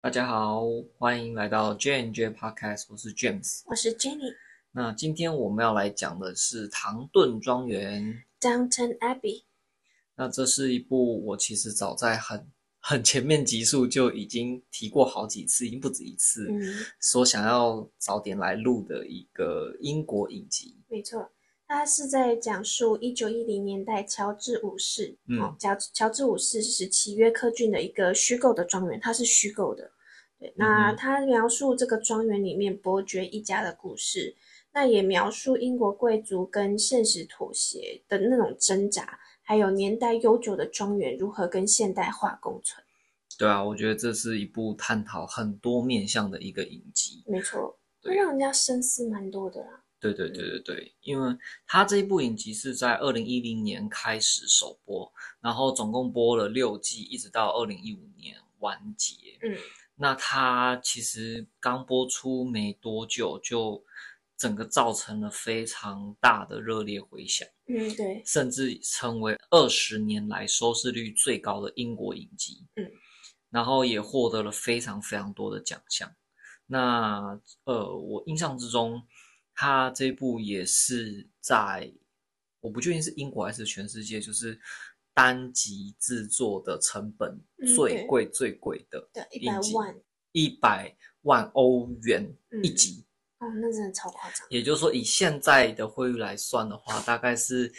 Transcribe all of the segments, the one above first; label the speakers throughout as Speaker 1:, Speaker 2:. Speaker 1: 大家好，欢迎来到 j a n j Podcast，我是 James。
Speaker 2: 我是 Jenny。
Speaker 1: 那今天我们要来讲的是《唐顿庄园》。
Speaker 2: Downton Abbey，
Speaker 1: 那这是一部我其实早在很很前面集数就已经提过好几次，已经不止一次，
Speaker 2: 嗯，
Speaker 1: 说想要早点来录的一个英国影集。
Speaker 2: 没错，它是在讲述一九一零年代乔治五世，
Speaker 1: 嗯
Speaker 2: 哦，乔乔治五世时期约克郡的一个虚构的庄园，它是虚构的。对，那
Speaker 1: 嗯哼
Speaker 2: 它描述这个庄园里面伯爵一家的故事，那也描述英国贵族跟现实妥协的那种挣扎，还有年代悠久的庄园如何跟现代化共存。
Speaker 1: 对啊，我觉得这是一部探讨很多面向的一个影集。
Speaker 2: 没错，会
Speaker 1: 对
Speaker 2: 让人家深思蛮多的啦。
Speaker 1: 对对对对对，因为它这一部影集是在二零一零年开始首播，然后总共播了六季，一直到二零一五年完结。
Speaker 2: 嗯，
Speaker 1: 那它其实刚播出没多久，就整个造成了非常大的热烈回响，
Speaker 2: 嗯，对，
Speaker 1: 甚至成为二十年来收视率最高的英国影集。
Speaker 2: 嗯，
Speaker 1: 然后也获得了非常非常多的奖项。那呃，我印象之中，它这部也是在我不确定是英国还是全世界，就是单集制作的成本
Speaker 2: 嗯
Speaker 1: 最
Speaker 2: 对
Speaker 1: 贵最贵的
Speaker 2: 对，一百
Speaker 1: 影集
Speaker 2: 万，
Speaker 1: 一百万欧元
Speaker 2: 嗯
Speaker 1: 一集，
Speaker 2: 哦，那真的超夸张。
Speaker 1: 也就是说，以现在的汇率来算的话，大概是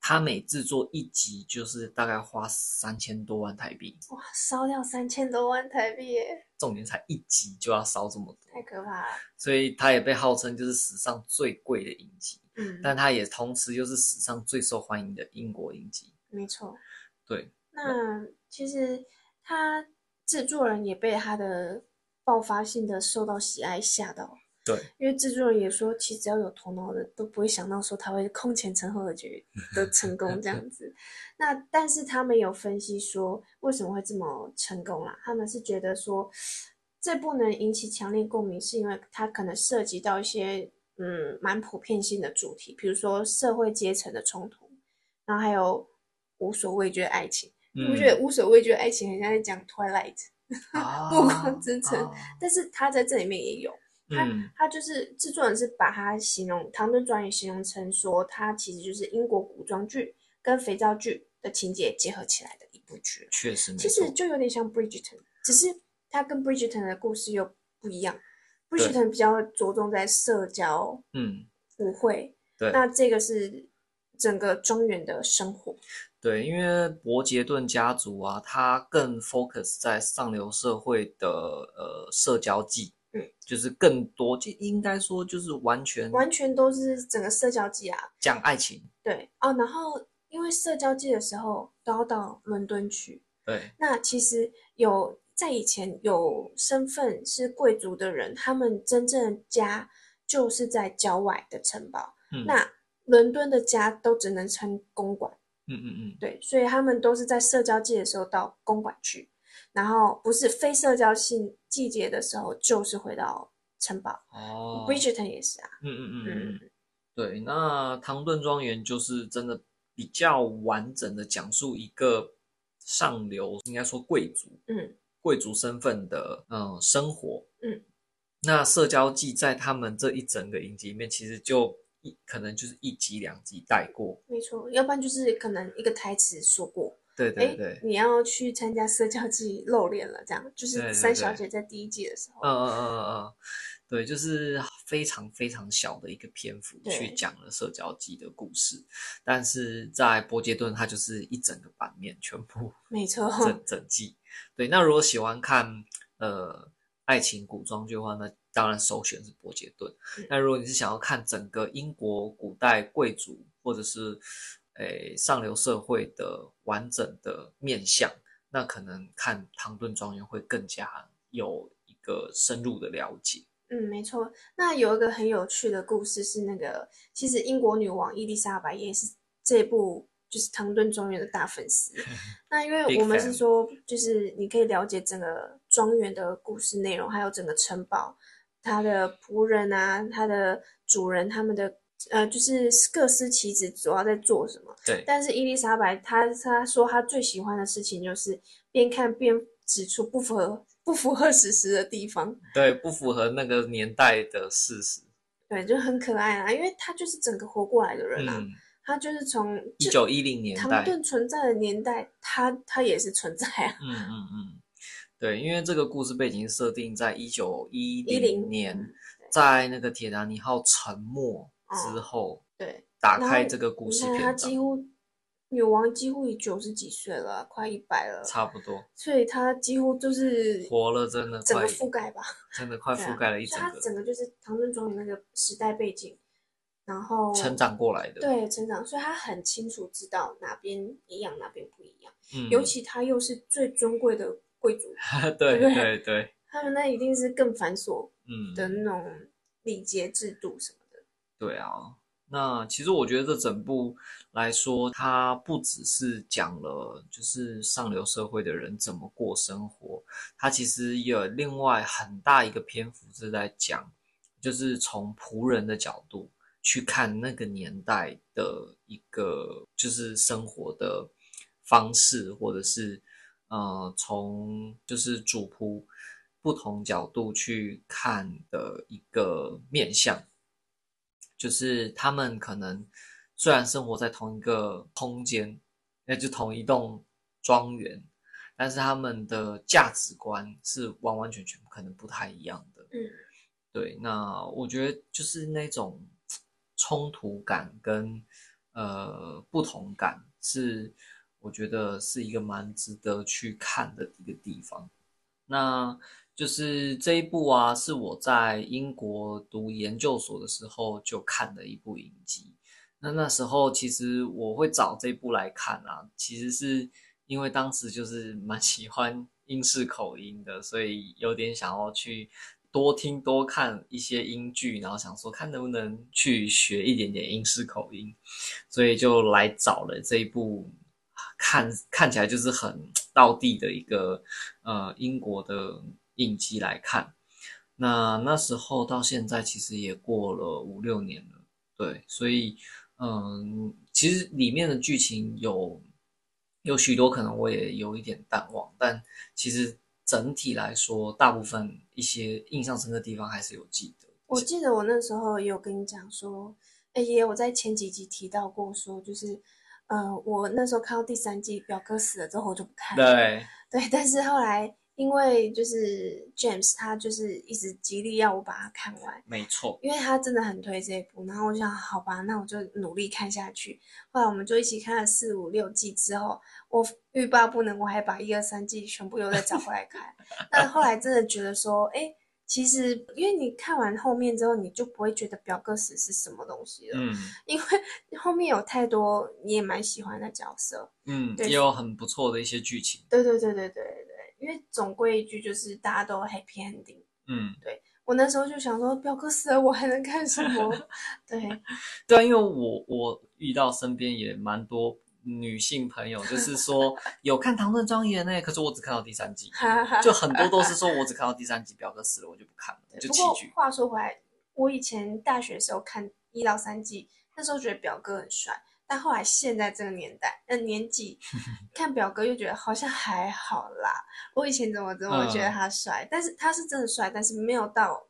Speaker 1: 他每制作一集就是大概花三千多万台币，
Speaker 2: 哇，烧掉三千多万台币耶，
Speaker 1: 重点才一集就要烧这么
Speaker 2: 太
Speaker 1: 多，
Speaker 2: 可怕了。
Speaker 1: 所以它也被号称就是史上最贵的影集，
Speaker 2: 嗯，
Speaker 1: 但它也同时又是史上最受欢迎的英国影集。
Speaker 2: 没错。
Speaker 1: 对，
Speaker 2: 那其实他制作人也被他的爆发性的受到喜爱吓到，
Speaker 1: 对，
Speaker 2: 因为制作人也说，其实只要有头脑的都不会想到说他会空前成后的决的成功这样 子。那但是他们有分析说为什么会这么成功啦？他们是觉得说这部能引起强烈共鸣，是因为它可能涉及到一些嗯蛮普遍性的主题，比如说社会阶层的冲突，然后还有无所畏惧的爱情。你不觉
Speaker 1: 嗯
Speaker 2: 得无所畏惧的爱情很像在讲 Twilight？
Speaker 1: 啊
Speaker 2: 暮光之城
Speaker 1: 啊
Speaker 2: 但是他在这里面也有，他
Speaker 1: 嗯
Speaker 2: 他就是制作人是把它形容《唐顿庄园》形容成说，它其实就是英国古装剧跟肥皂剧的情节结合起来的一部剧。
Speaker 1: 确实没
Speaker 2: 其
Speaker 1: 错
Speaker 2: 实，就有点像 Bridgerton，只是它跟 Bridgerton 的故事又不一样。Bridgerton 比较着重在社交
Speaker 1: 嗯，
Speaker 2: 舞会，
Speaker 1: 对
Speaker 2: 那这个是整个庄园的生活。
Speaker 1: 对，因为伯杰顿家族啊，它更 focus 在上流社会的呃社交技，
Speaker 2: 嗯，
Speaker 1: 就是更多，就应该说就是完全
Speaker 2: 完全都是整个社交季啊。
Speaker 1: 讲爱情，
Speaker 2: 对哦，然后因为社交季的时候都要到伦敦去，
Speaker 1: 对，
Speaker 2: 那其实有在以前有身份是贵族的人，他们真正的家就是在郊外的城堡。
Speaker 1: 嗯，
Speaker 2: 那伦敦的家都只能称公馆，
Speaker 1: 嗯嗯嗯，
Speaker 2: 对，所以他们都是在社交季的时候到公馆去，然后不是非社交性季节的时候就是回到城堡。
Speaker 1: 哦，
Speaker 2: Bridgerton 也是啊，
Speaker 1: 嗯嗯嗯嗯
Speaker 2: 嗯，
Speaker 1: 嗯，对，那唐顿庄园就是真的比较完整的讲述一个上流，应该说贵族，
Speaker 2: 嗯，
Speaker 1: 贵族身份的嗯生活，
Speaker 2: 嗯，
Speaker 1: 那社交技在他们这一整个影集里面，其实就一可能就是一集两集带过，
Speaker 2: 没错，要不然就是可能一个台词说过。
Speaker 1: 对
Speaker 2: 哎
Speaker 1: 对，对，
Speaker 2: 你要去参加社交季露脸了，这样就
Speaker 1: 对对
Speaker 2: 是三小
Speaker 1: 对
Speaker 2: 姐在第一季的时候，
Speaker 1: 嗯嗯嗯嗯嗯，对，就是非常非常小的一个篇幅
Speaker 2: 对
Speaker 1: 去讲了社交技的故事，但是在波杰顿它就是一整个版面全部
Speaker 2: 没错，
Speaker 1: 整整季。对，那如果喜欢看呃爱情古装剧的话，那当然首选是伯杰顿。
Speaker 2: 嗯
Speaker 1: 那如果你是想要看整个英国古代贵族或者是诶、上流社会的完整的面相，那可能看《唐顿庄园》会更加有一个深入的了解。
Speaker 2: 嗯，没错。那有一个很有趣的故事是那个，其实英国女王伊丽莎白也是这部就是《唐顿庄园》的大 粉丝。那因为
Speaker 1: Big
Speaker 2: 我们是
Speaker 1: fan
Speaker 2: 说，就是你可以了解整个庄园的故事内容，还有整个城堡，它的仆人啊，它的主人，他们的呃，就是各司其职，主要在做什么。
Speaker 1: 对，
Speaker 2: 但是伊丽莎白她她说她最喜欢的事情就是边看边指出不符合不符合史实的地方。
Speaker 1: 对，不符合那个年代的事实。
Speaker 2: 对，就很可爱啊，因为他就是整个活过来的人啊，
Speaker 1: 嗯，
Speaker 2: 他就是从
Speaker 1: 一
Speaker 2: 就
Speaker 1: 九一零年
Speaker 2: 唐
Speaker 1: 代，
Speaker 2: 顿存在的年代，他他也是存在啊。
Speaker 1: 嗯嗯嗯，对，因为这个故事背景设定在一九一
Speaker 2: 10
Speaker 1: 年，在那个铁达尼号沉没之后，
Speaker 2: 对，
Speaker 1: 打
Speaker 2: 哦然后
Speaker 1: 开这个故
Speaker 2: 你
Speaker 1: 事
Speaker 2: 看他
Speaker 1: 篇
Speaker 2: 几
Speaker 1: 章，
Speaker 2: 乎女王几乎已九十几岁了啊，快一百了，
Speaker 1: 差不多
Speaker 2: 所以他几乎就是
Speaker 1: 活了，真的
Speaker 2: 整
Speaker 1: 快
Speaker 2: 个覆盖吧，
Speaker 1: 真的快
Speaker 2: 对
Speaker 1: 覆
Speaker 2: 啊
Speaker 1: 盖了一
Speaker 2: 所
Speaker 1: 整
Speaker 2: 以他
Speaker 1: 个
Speaker 2: 整个就是唐顿庄园那个时代背景，然后
Speaker 1: 成长过来的，
Speaker 2: 对成长，所以他很清楚知道哪边一样，哪边不一样。
Speaker 1: 嗯，
Speaker 2: 尤其他又是最尊贵的贵族，
Speaker 1: 对
Speaker 2: 对
Speaker 1: 对对，
Speaker 2: 他们那一定是更繁琐
Speaker 1: 嗯，
Speaker 2: 的那种礼节制度什么的。
Speaker 1: 对啊，那其实我觉得这整部来说，它不只是讲了就是上流社会的人怎么过生活，它其实也有另外很大一个篇幅是在讲，就是从仆人的角度去看那个年代的一个就是生活的方式，或者是呃从就是主仆不同角度去看的一个面向。就是他们可能虽然生活在同一个空间，那就同一栋庄园，但是他们的价值观是完完全全可能不太一样的。
Speaker 2: 嗯，
Speaker 1: 对，那我觉得就是那种冲突感跟呃不同感是，我觉得是一个蛮值得去看的一个地方。那就是这一部啊，是我在英国读研究所的时候就看的一部影集。那那时候其实我会找这部来看啊，其实是因为当时就是蛮喜欢英式口音的，所以有点想要去多听多看一些英剧，然后想说看能不能去学一点点英式口音，所以就来找了这一部看看起来就是很道地的一个呃英国的影集来看。那那时候到现在其实也过了五六年了。对，所以嗯，其实里面的剧情有有许多可能我也有一点淡忘，但其实整体来说，大部分一些印象深刻的地方还是有记得。
Speaker 2: 我记得我那时候有跟你讲说，哎，也有在前几集提到过说，就是，呃，我那时候看到第三季表哥死了之后我就不看了，
Speaker 1: 对，
Speaker 2: 对，但是后来因为就是 James 他就是一直极力要我把它看完。
Speaker 1: 没错，
Speaker 2: 因为他真的很推这一部，然后我就想，好吧，那我就努力看下去。后来我们就一起看了四五六季之后，我欲罢不能，我还把一二三季全部又再找回来看。但后来真的觉得说，哎，其实因为你看完后面之后，你就不会觉得表哥死是什么东西了，
Speaker 1: 嗯
Speaker 2: 因为后面有太多你也蛮喜欢的角色。
Speaker 1: 嗯，
Speaker 2: 对
Speaker 1: 也有很不错的一些剧情。
Speaker 2: 对对对对对对，因为总归一句就是大家都 happy ending。
Speaker 1: 嗯，
Speaker 2: 我那时候就想说，表哥死了，我还能看什么？ 对，
Speaker 1: 对啊，因为我我遇到身边也蛮多女性朋友，就是 说有看《唐顿庄园》欸呢，可是我只看到第三季，
Speaker 2: 哈哈。
Speaker 1: 就很多都是说我只看到第三季，表哥死了我就不看了，
Speaker 2: 对
Speaker 1: 就
Speaker 2: 不
Speaker 1: 弃
Speaker 2: 过
Speaker 1: 剧。
Speaker 2: 话说回来，我以前大学的时候看一到三季，那时候觉得表哥很帅，但后来现在这个年代，那 年纪看表哥又觉得好像还好啦。我以前怎么怎么
Speaker 1: 嗯
Speaker 2: 觉得他帅，但是他是真的帅，但是没有到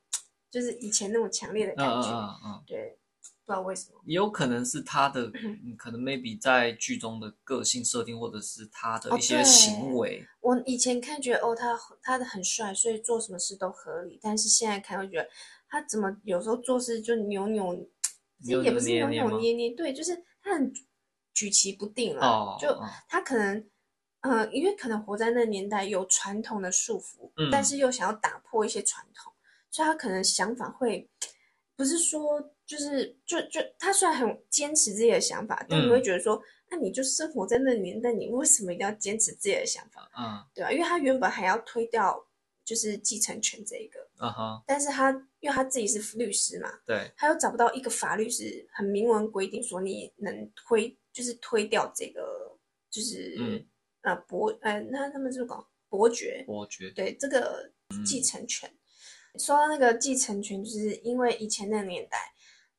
Speaker 2: 就是以前那种强烈的感
Speaker 1: 嗯嗯
Speaker 2: 觉。
Speaker 1: 嗯嗯。
Speaker 2: 对，不知道为什么。
Speaker 1: 也有可能是他的，嗯可能 maybe 在剧中的个性设定，或者是他的
Speaker 2: 哦
Speaker 1: 一些
Speaker 2: 对
Speaker 1: 行为，
Speaker 2: 我以前看觉得哦，他他的很帅，所以做什么事都合理，但是现在看会觉得他怎么有时候做事就扭扭，
Speaker 1: 扭
Speaker 2: 也不是
Speaker 1: 扭捏
Speaker 2: 扭
Speaker 1: 捏吗
Speaker 2: 扭捏捏，对，就是他很举棋不定了，
Speaker 1: 哦
Speaker 2: 嗯就
Speaker 1: 哦
Speaker 2: 他可能，嗯、因为可能活在那个年代有传统的束缚，
Speaker 1: 嗯
Speaker 2: 但是又想要打破一些传统，所以他可能想法会，不是说就是就就他虽然很坚持自己的想法，但你
Speaker 1: 嗯
Speaker 2: 会觉得说，那你就生活在那个年代，你为什么一定要坚持自己的想法？
Speaker 1: 嗯
Speaker 2: 对啊，因为他原本还要推掉就是继承权这一个，
Speaker 1: 嗯哼，
Speaker 2: 但是他因为他自己是律师嘛，
Speaker 1: 对，
Speaker 2: 他又找不到一个法律是很明文规定说你能推就是推掉这个就是、
Speaker 1: 嗯
Speaker 2: 呃伯呃那他们是不是讲伯爵
Speaker 1: 我觉得，
Speaker 2: 对这个
Speaker 1: 嗯
Speaker 2: 继承权。说到那个继承权，就是因为以前那个年代，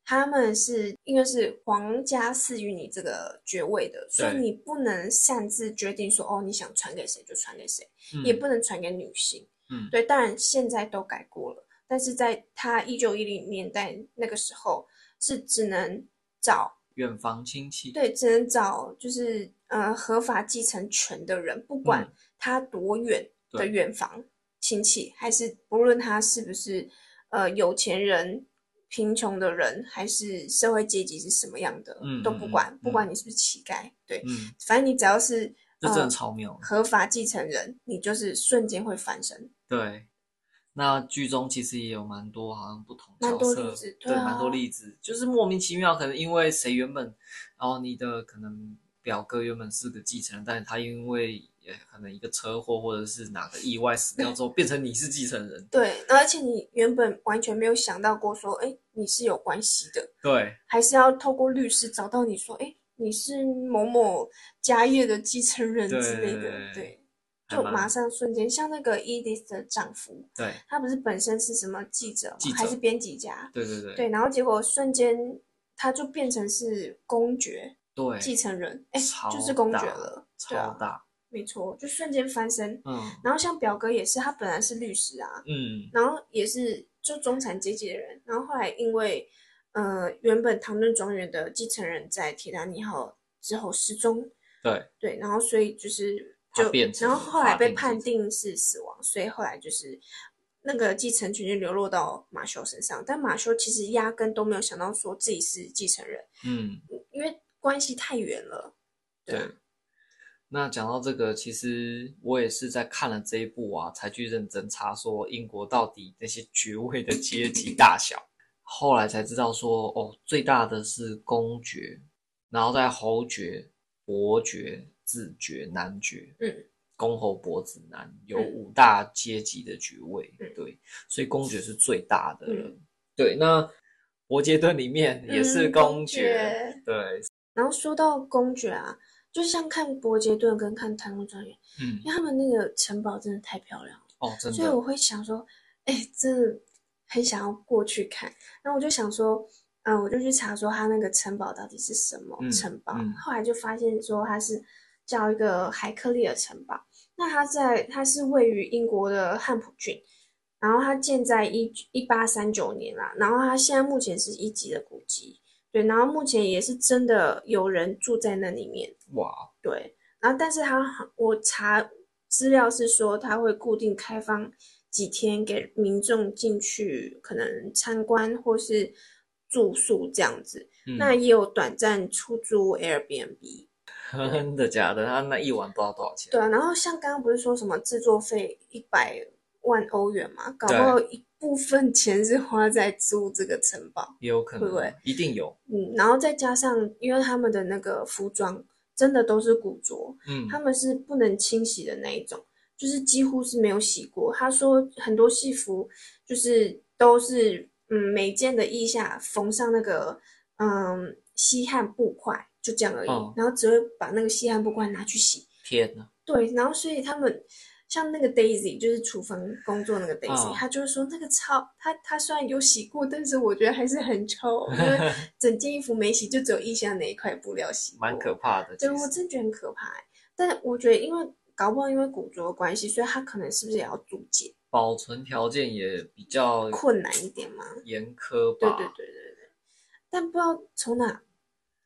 Speaker 2: 他们是因为是皇家赐予你这个爵位的，所以
Speaker 1: 对
Speaker 2: 你不能擅自决定说哦，你想传给谁就传给谁，
Speaker 1: 嗯
Speaker 2: 也不能传给女性。
Speaker 1: 嗯
Speaker 2: 对，当然现在都改过了，但是在他一九一零年代那个时候是只能找
Speaker 1: 远房亲戚，
Speaker 2: 对，只能找就是呃合法继承权的人，不管
Speaker 1: 嗯
Speaker 2: 他多远的
Speaker 1: 对
Speaker 2: 远房亲戚，还是不论他是不是呃有钱人、贫穷的人，还是社会阶级是什么样的，
Speaker 1: 嗯
Speaker 2: 都不
Speaker 1: 嗯
Speaker 2: 管，不
Speaker 1: 嗯
Speaker 2: 管你是不是乞丐，对，
Speaker 1: 嗯，
Speaker 2: 反正你只要是
Speaker 1: 这真的
Speaker 2: 呃
Speaker 1: 超妙的。
Speaker 2: 合法继承人，你就是瞬间会翻身。
Speaker 1: 对，那剧中其实也有蛮多好像不同
Speaker 2: 蛮
Speaker 1: 角
Speaker 2: 多
Speaker 1: 色，
Speaker 2: 例子
Speaker 1: 对，
Speaker 2: 对
Speaker 1: 蛮多
Speaker 2: 啊
Speaker 1: 例子，就是莫名其妙，可能因为谁原本，然后你的可能表哥原本是个继承人，但是他因为也可能一个车祸或者是哪个意外死掉之后，变成你是继承 人，
Speaker 2: 对，而且你原本完全没有想到过说，哎，你是有关系的，
Speaker 1: 对
Speaker 2: 还是要透过律师找到你说，哎，你是某某家业的继承人之类
Speaker 1: 对
Speaker 2: 的，对，
Speaker 1: 还
Speaker 2: 就
Speaker 1: 蛮
Speaker 2: 马上瞬间，像那个 Edith 的丈夫，
Speaker 1: 对
Speaker 2: 他不是本身是什么记者吗
Speaker 1: 记者
Speaker 2: 还是编辑家？
Speaker 1: 对对对
Speaker 2: 对，然后结果瞬间他就变成是公爵
Speaker 1: 对
Speaker 2: 继承人，哎，
Speaker 1: 超
Speaker 2: 就是公爵
Speaker 1: 大
Speaker 2: 了，对
Speaker 1: 超
Speaker 2: 啊，
Speaker 1: 大，
Speaker 2: 没错，就瞬间翻身。
Speaker 1: 嗯
Speaker 2: 然后像表哥也是，他本来是律师啊，
Speaker 1: 嗯
Speaker 2: 然后也是就中产阶级的人，然后后来因为呃原本唐顿庄园的继承人在铁达尼号之后失踪，
Speaker 1: 对
Speaker 2: 对，然后所以就是
Speaker 1: 他
Speaker 2: 就
Speaker 1: 变成
Speaker 2: 然后后来被
Speaker 1: 法定
Speaker 2: 判定是死亡，所以后来就是那个继承权就流落到马修身上，但马修其实压根都没有想到说自己是继承人，
Speaker 1: 嗯
Speaker 2: 因为关系太远了，啊
Speaker 1: 对。那讲到这个，其实我也是在看了这一部啊，才去认真查说英国到底那些爵位的阶级大小。后来才知道说，哦，最大的是公爵，然后在侯爵、伯爵、子爵、男爵，
Speaker 2: 嗯，
Speaker 1: 公侯伯子男有
Speaker 2: 嗯
Speaker 1: 五大阶级的爵位，
Speaker 2: 嗯
Speaker 1: 对，所以公爵是最大的了。
Speaker 2: 嗯
Speaker 1: 对，那伯杰顿里面也是
Speaker 2: 嗯
Speaker 1: 公
Speaker 2: 公
Speaker 1: 爵，
Speaker 2: 爵
Speaker 1: 对，
Speaker 2: 然后说到公爵啊，就像看伯杰顿跟看唐顿庄园，
Speaker 1: 嗯，
Speaker 2: 因为他们那个城堡真的太漂亮了。
Speaker 1: 哦，真
Speaker 2: 所以
Speaker 1: 的，
Speaker 2: 我会想说，哎、真的很想要过去看。然后我就想说，嗯，我就去查说它那个城堡到底是什么
Speaker 1: 嗯
Speaker 2: 城堡。
Speaker 1: 嗯
Speaker 2: 后来就发现说它是叫一个海克利尔城堡。那它在它是位于英国的汉普郡，然后它建在一一八三九年啦。然后它现在目前是一级的古迹，对。然后目前也是真的有人住在那里面。
Speaker 1: 哇，
Speaker 2: 对，然后但是他好我查资料是说他会固定开放几天给民众进去，可能参观或是住宿这样子。
Speaker 1: 嗯
Speaker 2: 那也有短暂出租 Airbnb。
Speaker 1: 真的假的？他那一晚不知道多少钱。
Speaker 2: 对啊，然后像刚刚不是说什么制作费一百万欧元嘛，搞不
Speaker 1: 对
Speaker 2: 好一部分钱是花在租这个城堡。
Speaker 1: 也有可能，
Speaker 2: 会不会
Speaker 1: 一定有。
Speaker 2: 嗯，然后再加上因为他们的那个服装真的都是古着，
Speaker 1: 嗯，
Speaker 2: 他们是不能清洗的那一种，就是几乎是没有洗过。他说很多戏服就是都是嗯每件的腋下缝上那个嗯吸汗布块，就这样而已，
Speaker 1: 嗯
Speaker 2: 然后只会把那个吸汗布块拿去洗。
Speaker 1: 天呐，
Speaker 2: 对，然后所以他们像那个 Daisy，就是厨房工作那个 Daisy，、
Speaker 1: 嗯
Speaker 2: 她就是说那个超，她她虽然有洗过，但是我觉得还是很臭，因为整件衣服没洗，就只有腋下那一块布料洗
Speaker 1: 蛮
Speaker 2: 过
Speaker 1: 可怕的。其
Speaker 2: 对，我
Speaker 1: 实
Speaker 2: 真觉得很可怕欸、但我觉得，因为搞不好因为古着的关系，所以他可能是不是也要注解
Speaker 1: 保存条件也比较
Speaker 2: 困难一点嘛？
Speaker 1: 严苛
Speaker 2: 对
Speaker 1: 吧？
Speaker 2: 对对对对。但不知道从哪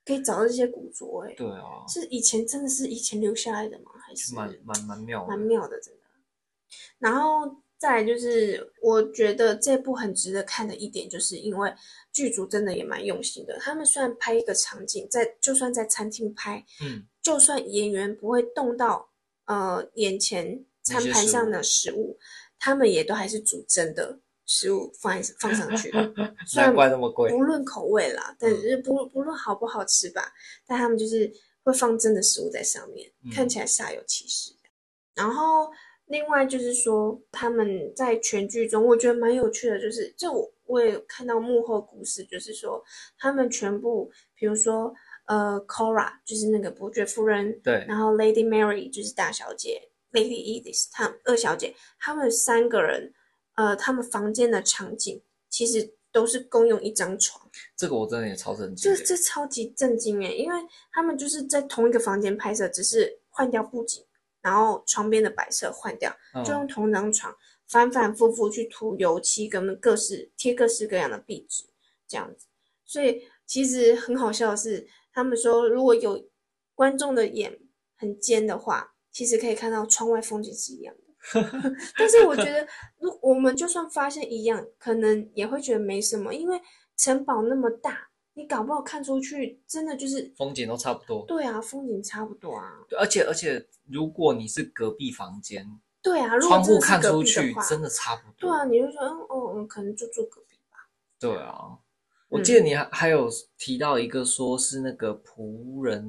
Speaker 2: 可以找到这些古着、欸，
Speaker 1: 对啊，
Speaker 2: 是以前真的是以前留下来的吗？还是
Speaker 1: 蛮蛮蛮妙
Speaker 2: 蛮
Speaker 1: 的。
Speaker 2: 妙的，真的。然后再来就是，我觉得这部很值得看的一点，就是因为剧组真的也蛮用心的。他们虽然拍一个场景，在就算在餐厅拍，
Speaker 1: 嗯，
Speaker 2: 就算演员不会动到呃眼前
Speaker 1: 那
Speaker 2: 餐
Speaker 1: 些
Speaker 2: 盘
Speaker 1: 食
Speaker 2: 上
Speaker 1: 物
Speaker 2: 的食物，他们也都还是煮真的食物放在放上 去，虽然
Speaker 1: 难怪那么贵。
Speaker 2: 不论口味嗯啦，但是不不论好不好吃吧，但他们就是会放真的食物在上面，
Speaker 1: 嗯
Speaker 2: 看起来煞有其事。然后另外就是说，他们在全剧中，我觉得蛮有趣的，就是这我我也看到幕后故事，就是说他们全部，比如说呃，Cora 就是那个伯爵夫人，
Speaker 1: 对，
Speaker 2: 然后 Lady Mary 就是大小姐，Lady Edith 她们二小姐，她们三个人，呃，她们房间的场景其实都是共用一张床，
Speaker 1: 这个我真的也超震惊
Speaker 2: 这
Speaker 1: 的。
Speaker 2: 这超级震惊诶，因为他们就是在同一个房间拍摄，只是换掉布景，然后床边的摆设换掉，就用
Speaker 1: 嗯，
Speaker 2: 同一张床，反反复复去涂油漆跟各式贴各式各样的壁纸这样子。所以其实很好笑的是，他们说如果有观众的眼很尖的话，其实可以看到窗外风景是 一样的。 但是我觉得，如我们就算发现一样，可能也会觉得没什么，因为城堡那么大，你搞不好看出去真的就是
Speaker 1: 风景都差不多。
Speaker 2: 对啊，风景差不多啊。
Speaker 1: 对而且而且，如果你是隔壁房间，
Speaker 2: 对啊，如果
Speaker 1: 窗
Speaker 2: 真
Speaker 1: 户
Speaker 2: 的是
Speaker 1: 看
Speaker 2: 隔
Speaker 1: 出
Speaker 2: 壁
Speaker 1: 去
Speaker 2: 的话，
Speaker 1: 真的差不
Speaker 2: 对
Speaker 1: 多。
Speaker 2: 啊，你就说嗯哦嗯，可能就住隔壁吧。
Speaker 1: 对
Speaker 2: 嗯
Speaker 1: 啊，我记得你还还有提到一个，说是那个仆人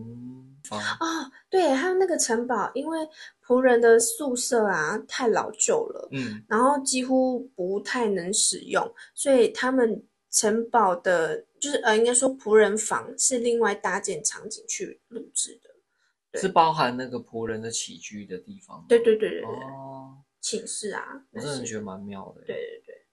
Speaker 1: 房，
Speaker 2: 哦，对，还有那个城堡，因为仆人的宿舍啊太老旧了，
Speaker 1: 嗯，
Speaker 2: 然后几乎不太能使用，所以他们城堡的，就是呃，应该说仆人房是另外搭建场景去录制的。对
Speaker 1: 是包含那个仆人的起居的地方吗。
Speaker 2: 对对对对对，
Speaker 1: 哦，
Speaker 2: 寝室啊，
Speaker 1: 我
Speaker 2: 那
Speaker 1: 真的
Speaker 2: 些
Speaker 1: 觉得蛮妙的。
Speaker 2: 对对对，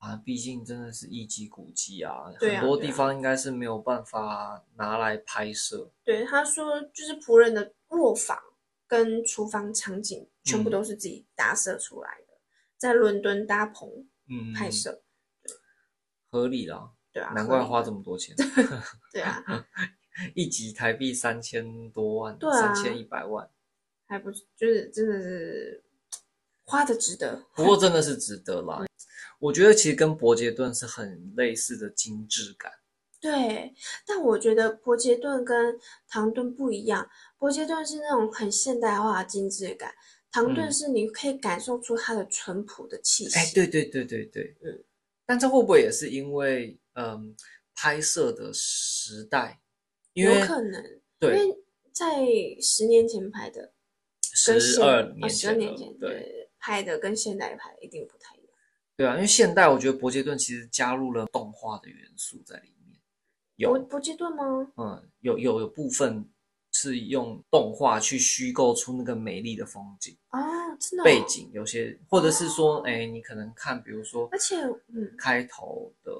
Speaker 1: 啊，毕竟真的是一级古迹啊，
Speaker 2: 对
Speaker 1: 很
Speaker 2: 啊
Speaker 1: 多
Speaker 2: 对
Speaker 1: 地
Speaker 2: 啊
Speaker 1: 方应该是没有办法拿来拍摄。
Speaker 2: 对，他说就是仆人的卧房跟厨房场景全部
Speaker 1: 嗯
Speaker 2: 都是自己搭设出来的，在伦敦搭棚
Speaker 1: 嗯，
Speaker 2: 拍摄，
Speaker 1: 合理啦，
Speaker 2: 对啊，
Speaker 1: 难
Speaker 2: 合
Speaker 1: 怪
Speaker 2: 理
Speaker 1: 花
Speaker 2: 的
Speaker 1: 这么多 钱，
Speaker 2: 对啊，
Speaker 1: 一集台币三千多万，
Speaker 2: 对
Speaker 1: 三
Speaker 2: 啊
Speaker 1: 千一百万。
Speaker 2: 还不就是真的是花的值得，
Speaker 1: 不过真的是值得啦。 我觉得其实跟伯杰顿是很类似的精致感，
Speaker 2: 对，但我觉得伯杰顿跟唐顿不一样，伯杰顿是那种很现代化的精致感，唐顿
Speaker 1: 嗯
Speaker 2: 是你可以感受出它的淳朴的气
Speaker 1: 哎，
Speaker 2: 息。
Speaker 1: 对对对对对，
Speaker 2: 嗯。
Speaker 1: 但这会不会也是因为嗯拍摄的时代？因
Speaker 2: 有
Speaker 1: 为
Speaker 2: 可能，因
Speaker 1: 对
Speaker 2: 为在十年前拍的跟
Speaker 1: 十
Speaker 2: 现
Speaker 1: 二
Speaker 2: 哦
Speaker 1: 年
Speaker 2: 十二
Speaker 1: 前了，
Speaker 2: 年前
Speaker 1: 对
Speaker 2: 对拍的跟现代拍的一定不太一样。
Speaker 1: 对啊，因为现代我觉得伯杰顿其实加入了动画的元素在里面，
Speaker 2: 伯
Speaker 1: 有
Speaker 2: 伯杰顿吗？
Speaker 1: 嗯有有有部分是用动画去虚构出那个美丽的风景。
Speaker 2: 哦，真的
Speaker 1: 背
Speaker 2: 哦，
Speaker 1: 景，有些或者是说，哎、你可能看，比如说，
Speaker 2: 而且嗯
Speaker 1: 开头的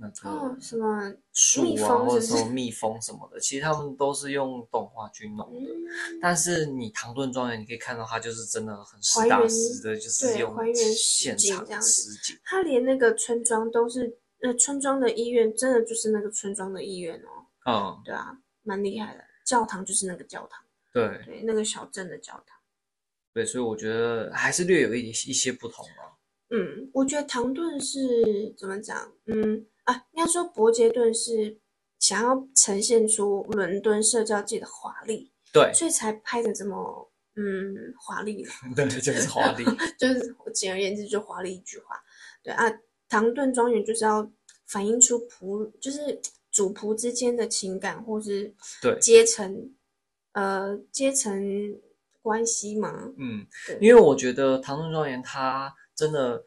Speaker 1: 那
Speaker 2: 哦
Speaker 1: 个
Speaker 2: 什么
Speaker 1: 树
Speaker 2: 蜜
Speaker 1: 啊，
Speaker 2: 蜂
Speaker 1: 或者
Speaker 2: 是
Speaker 1: 什
Speaker 2: 不是
Speaker 1: 么蜜蜂什么的，其实他们都是用动画去弄的。
Speaker 2: 嗯
Speaker 1: 但是你唐顿庄园，你可以看到它就是真的很
Speaker 2: 还
Speaker 1: 实打
Speaker 2: 原
Speaker 1: 实的，就是
Speaker 2: 对
Speaker 1: 用
Speaker 2: 还原
Speaker 1: 现
Speaker 2: 实景
Speaker 1: 场
Speaker 2: 这样子
Speaker 1: 实景。
Speaker 2: 他连那个村庄都是，呃，村庄的医院真的就是那个村庄的医院哦，
Speaker 1: 嗯，
Speaker 2: 对啊，蛮厉害的。教堂就是那个教堂，
Speaker 1: 对
Speaker 2: 对，那个小镇的教堂。
Speaker 1: 对，所以我觉得还是略有一一些不同啊吧。
Speaker 2: 嗯，我觉得唐顿是怎么讲？嗯啊，应该说伯杰顿是想要呈现出伦敦社交界的华丽，
Speaker 1: 对，
Speaker 2: 所以才拍的这么嗯华丽啦
Speaker 1: 对，就是华 丽。
Speaker 2: 就是简而言之，就华丽一句话。对啊，唐顿庄园就是要反映出仆，就是主仆之间的情感，或是
Speaker 1: 对
Speaker 2: 阶层，呃，阶层关系嘛。
Speaker 1: 嗯
Speaker 2: 对，
Speaker 1: 因为我觉得《唐顿庄园》它真的，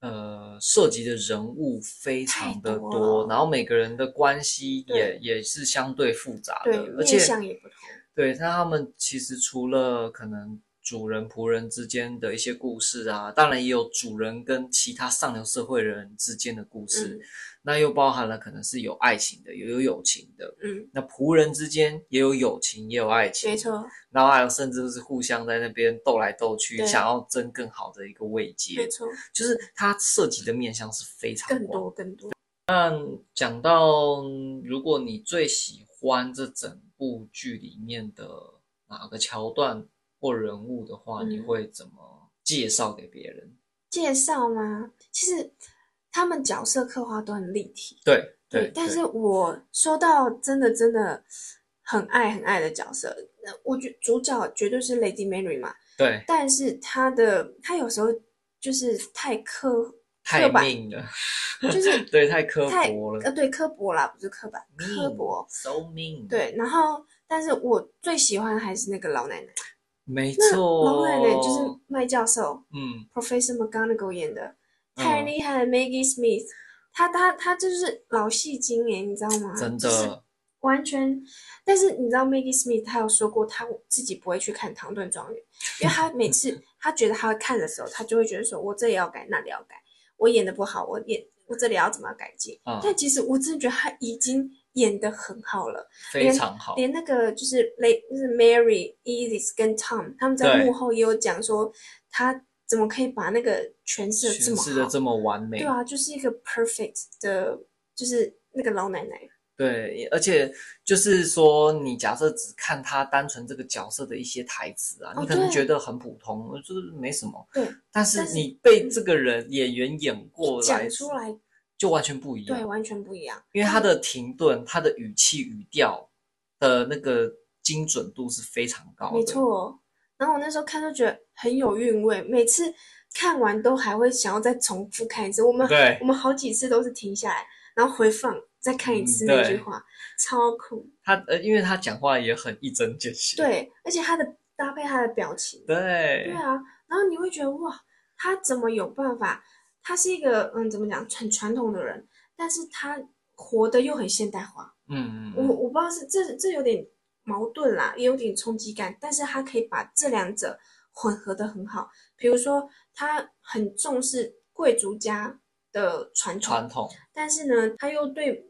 Speaker 1: 呃，涉及的人物非常的
Speaker 2: 太多了
Speaker 1: 然后每个人的关系也
Speaker 2: 对
Speaker 1: 也是相对复杂的
Speaker 2: 对，，
Speaker 1: 呃而
Speaker 2: 面
Speaker 1: 且
Speaker 2: 相也不同。
Speaker 1: 对，那他们其实除了可能主人仆人之间的一些故事啊，当然也有主人跟其他上流社会人之间的故事，
Speaker 2: 嗯
Speaker 1: 那又包含了可能是有爱情的，也有友情的。
Speaker 2: 嗯，
Speaker 1: 那仆人之间也有友情，也有爱情，
Speaker 2: 没错，
Speaker 1: 然后还有甚至是互相在那边斗来斗去，
Speaker 2: 对
Speaker 1: 想要争更好的一个位
Speaker 2: 没
Speaker 1: 阶，
Speaker 2: 错，
Speaker 1: 就是它涉及的面向是非常
Speaker 2: 更
Speaker 1: 广。
Speaker 2: 多更多。
Speaker 1: 讲到，嗯如果你最喜欢这整部剧里面的哪个桥段或人物的话，
Speaker 2: 嗯
Speaker 1: 你会怎么介绍给别人？
Speaker 2: 介绍吗？其实他们角色刻画都很立体。
Speaker 1: 对
Speaker 2: 对，但是我收到真的真的很爱很爱的角色，那我觉主角绝对是 Lady Mary 嘛，
Speaker 1: 对，
Speaker 2: 但是她的她有时候就是太刻，
Speaker 1: 太
Speaker 2: 刻板
Speaker 1: 命了，
Speaker 2: 就是
Speaker 1: 对，太 刻
Speaker 2: 太
Speaker 1: 薄了
Speaker 2: 呃，对刻薄啦，不是刻板，刻薄，
Speaker 1: ，so mean，，
Speaker 2: 对，然后但是我最喜欢还是那个老奶奶，
Speaker 1: 没
Speaker 2: 那
Speaker 1: 错，
Speaker 2: 老奶奶
Speaker 1: 哦
Speaker 2: 就是麦教授
Speaker 1: 嗯，
Speaker 2: Professor McGonagall 演的，太
Speaker 1: 嗯
Speaker 2: 厉害了，Maggie Smith，她她她就是老戏精哎，你知道吗？
Speaker 1: 真
Speaker 2: 就是
Speaker 1: 的，
Speaker 2: 完全，但是你知道 Maggie Smith 她有说过，她自己不会去看《唐顿庄园》，因为她每次她觉得她会看的时候，她就会觉得说，我这里要改，那里要改，我演的不好，我演我这里要怎么改进？
Speaker 1: 嗯
Speaker 2: 但其实我真的觉得她已经演的很好了，
Speaker 1: 非
Speaker 2: 连
Speaker 1: 常好，
Speaker 2: 连那个就是雷就是 Mary、Edith 跟 Tom 他们在
Speaker 1: 对
Speaker 2: 幕后也有讲说，她怎么可以把那个诠释的这
Speaker 1: 诠
Speaker 2: 么
Speaker 1: 释的
Speaker 2: 好？
Speaker 1: 这么完美，
Speaker 2: 对啊，就是一个 perfect 的，就是那个老奶奶。
Speaker 1: 对，而且就是说，你假设只看他单纯这个角色的一些台词啊，
Speaker 2: 哦
Speaker 1: 你可能
Speaker 2: 对
Speaker 1: 觉得很普通，呃就是没什么。
Speaker 2: 对，
Speaker 1: 但是
Speaker 2: 但是嗯
Speaker 1: 你被这个人演员演过来，
Speaker 2: 讲出来，
Speaker 1: 就完全不一
Speaker 2: 对，
Speaker 1: 样，
Speaker 2: 完全不一样。
Speaker 1: 因为他的停顿、他的语气、语调的那个精准度是非常高的。
Speaker 2: 没，错。哦然后我那时候看就觉得很有韵味，每次看完都还会想要再重复看一次。我们
Speaker 1: 对
Speaker 2: 我们好几次都是停下来，然后回放再看一次
Speaker 1: 嗯
Speaker 2: 那
Speaker 1: 对
Speaker 2: 句话，超酷。
Speaker 1: 他，呃，因为他讲话也很一针见血。
Speaker 2: 对，而且他的搭配他的表情，对
Speaker 1: 对
Speaker 2: 啊，然后你会觉得哇，他怎么有办法？他是一个嗯，怎么讲，很传统的人，但是他活得又很现代化。
Speaker 1: 嗯嗯
Speaker 2: 我
Speaker 1: 嗯，
Speaker 2: 我不知道是这这有点矛盾啦，也有点冲击感，但是他可以把这两者混合的很好。比如说，他很重视贵族家的传统，
Speaker 1: 传统
Speaker 2: 但是呢，他又对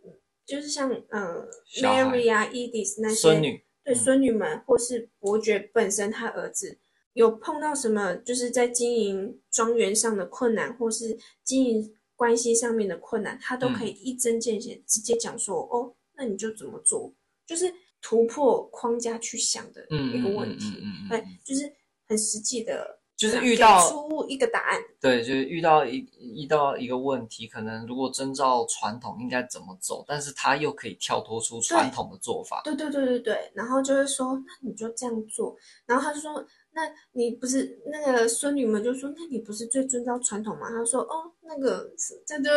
Speaker 2: 就是像呃
Speaker 1: 小孩
Speaker 2: Mary 啊、Edith 那些
Speaker 1: 孙女，嗯
Speaker 2: 对孙女们或是伯爵本身他儿子有碰到什么，就是在经营庄园上的困难，或是经营关系上面的困难，他都
Speaker 1: 嗯
Speaker 2: 可以一针见血，直接讲说，哦，那你就怎么做，就是突破框架去想的
Speaker 1: 嗯
Speaker 2: 一
Speaker 1: 嗯
Speaker 2: 个
Speaker 1: 嗯
Speaker 2: 问
Speaker 1: 嗯
Speaker 2: 题，
Speaker 1: 嗯嗯，
Speaker 2: 对，就是很实际的，啊
Speaker 1: 就是
Speaker 2: 给
Speaker 1: 遇到
Speaker 2: 出一个答案，
Speaker 1: 对，就是遇到一遇到一个问题，可能如果遵照传统应该怎么走，但是他又可以跳脱出传统的做法。
Speaker 2: 对对对对对，然后就会说，那你就这样做。然后他就说，那你不是那个孙女们就说，那你不是最遵照传统吗？他说，哦，那个是这样就会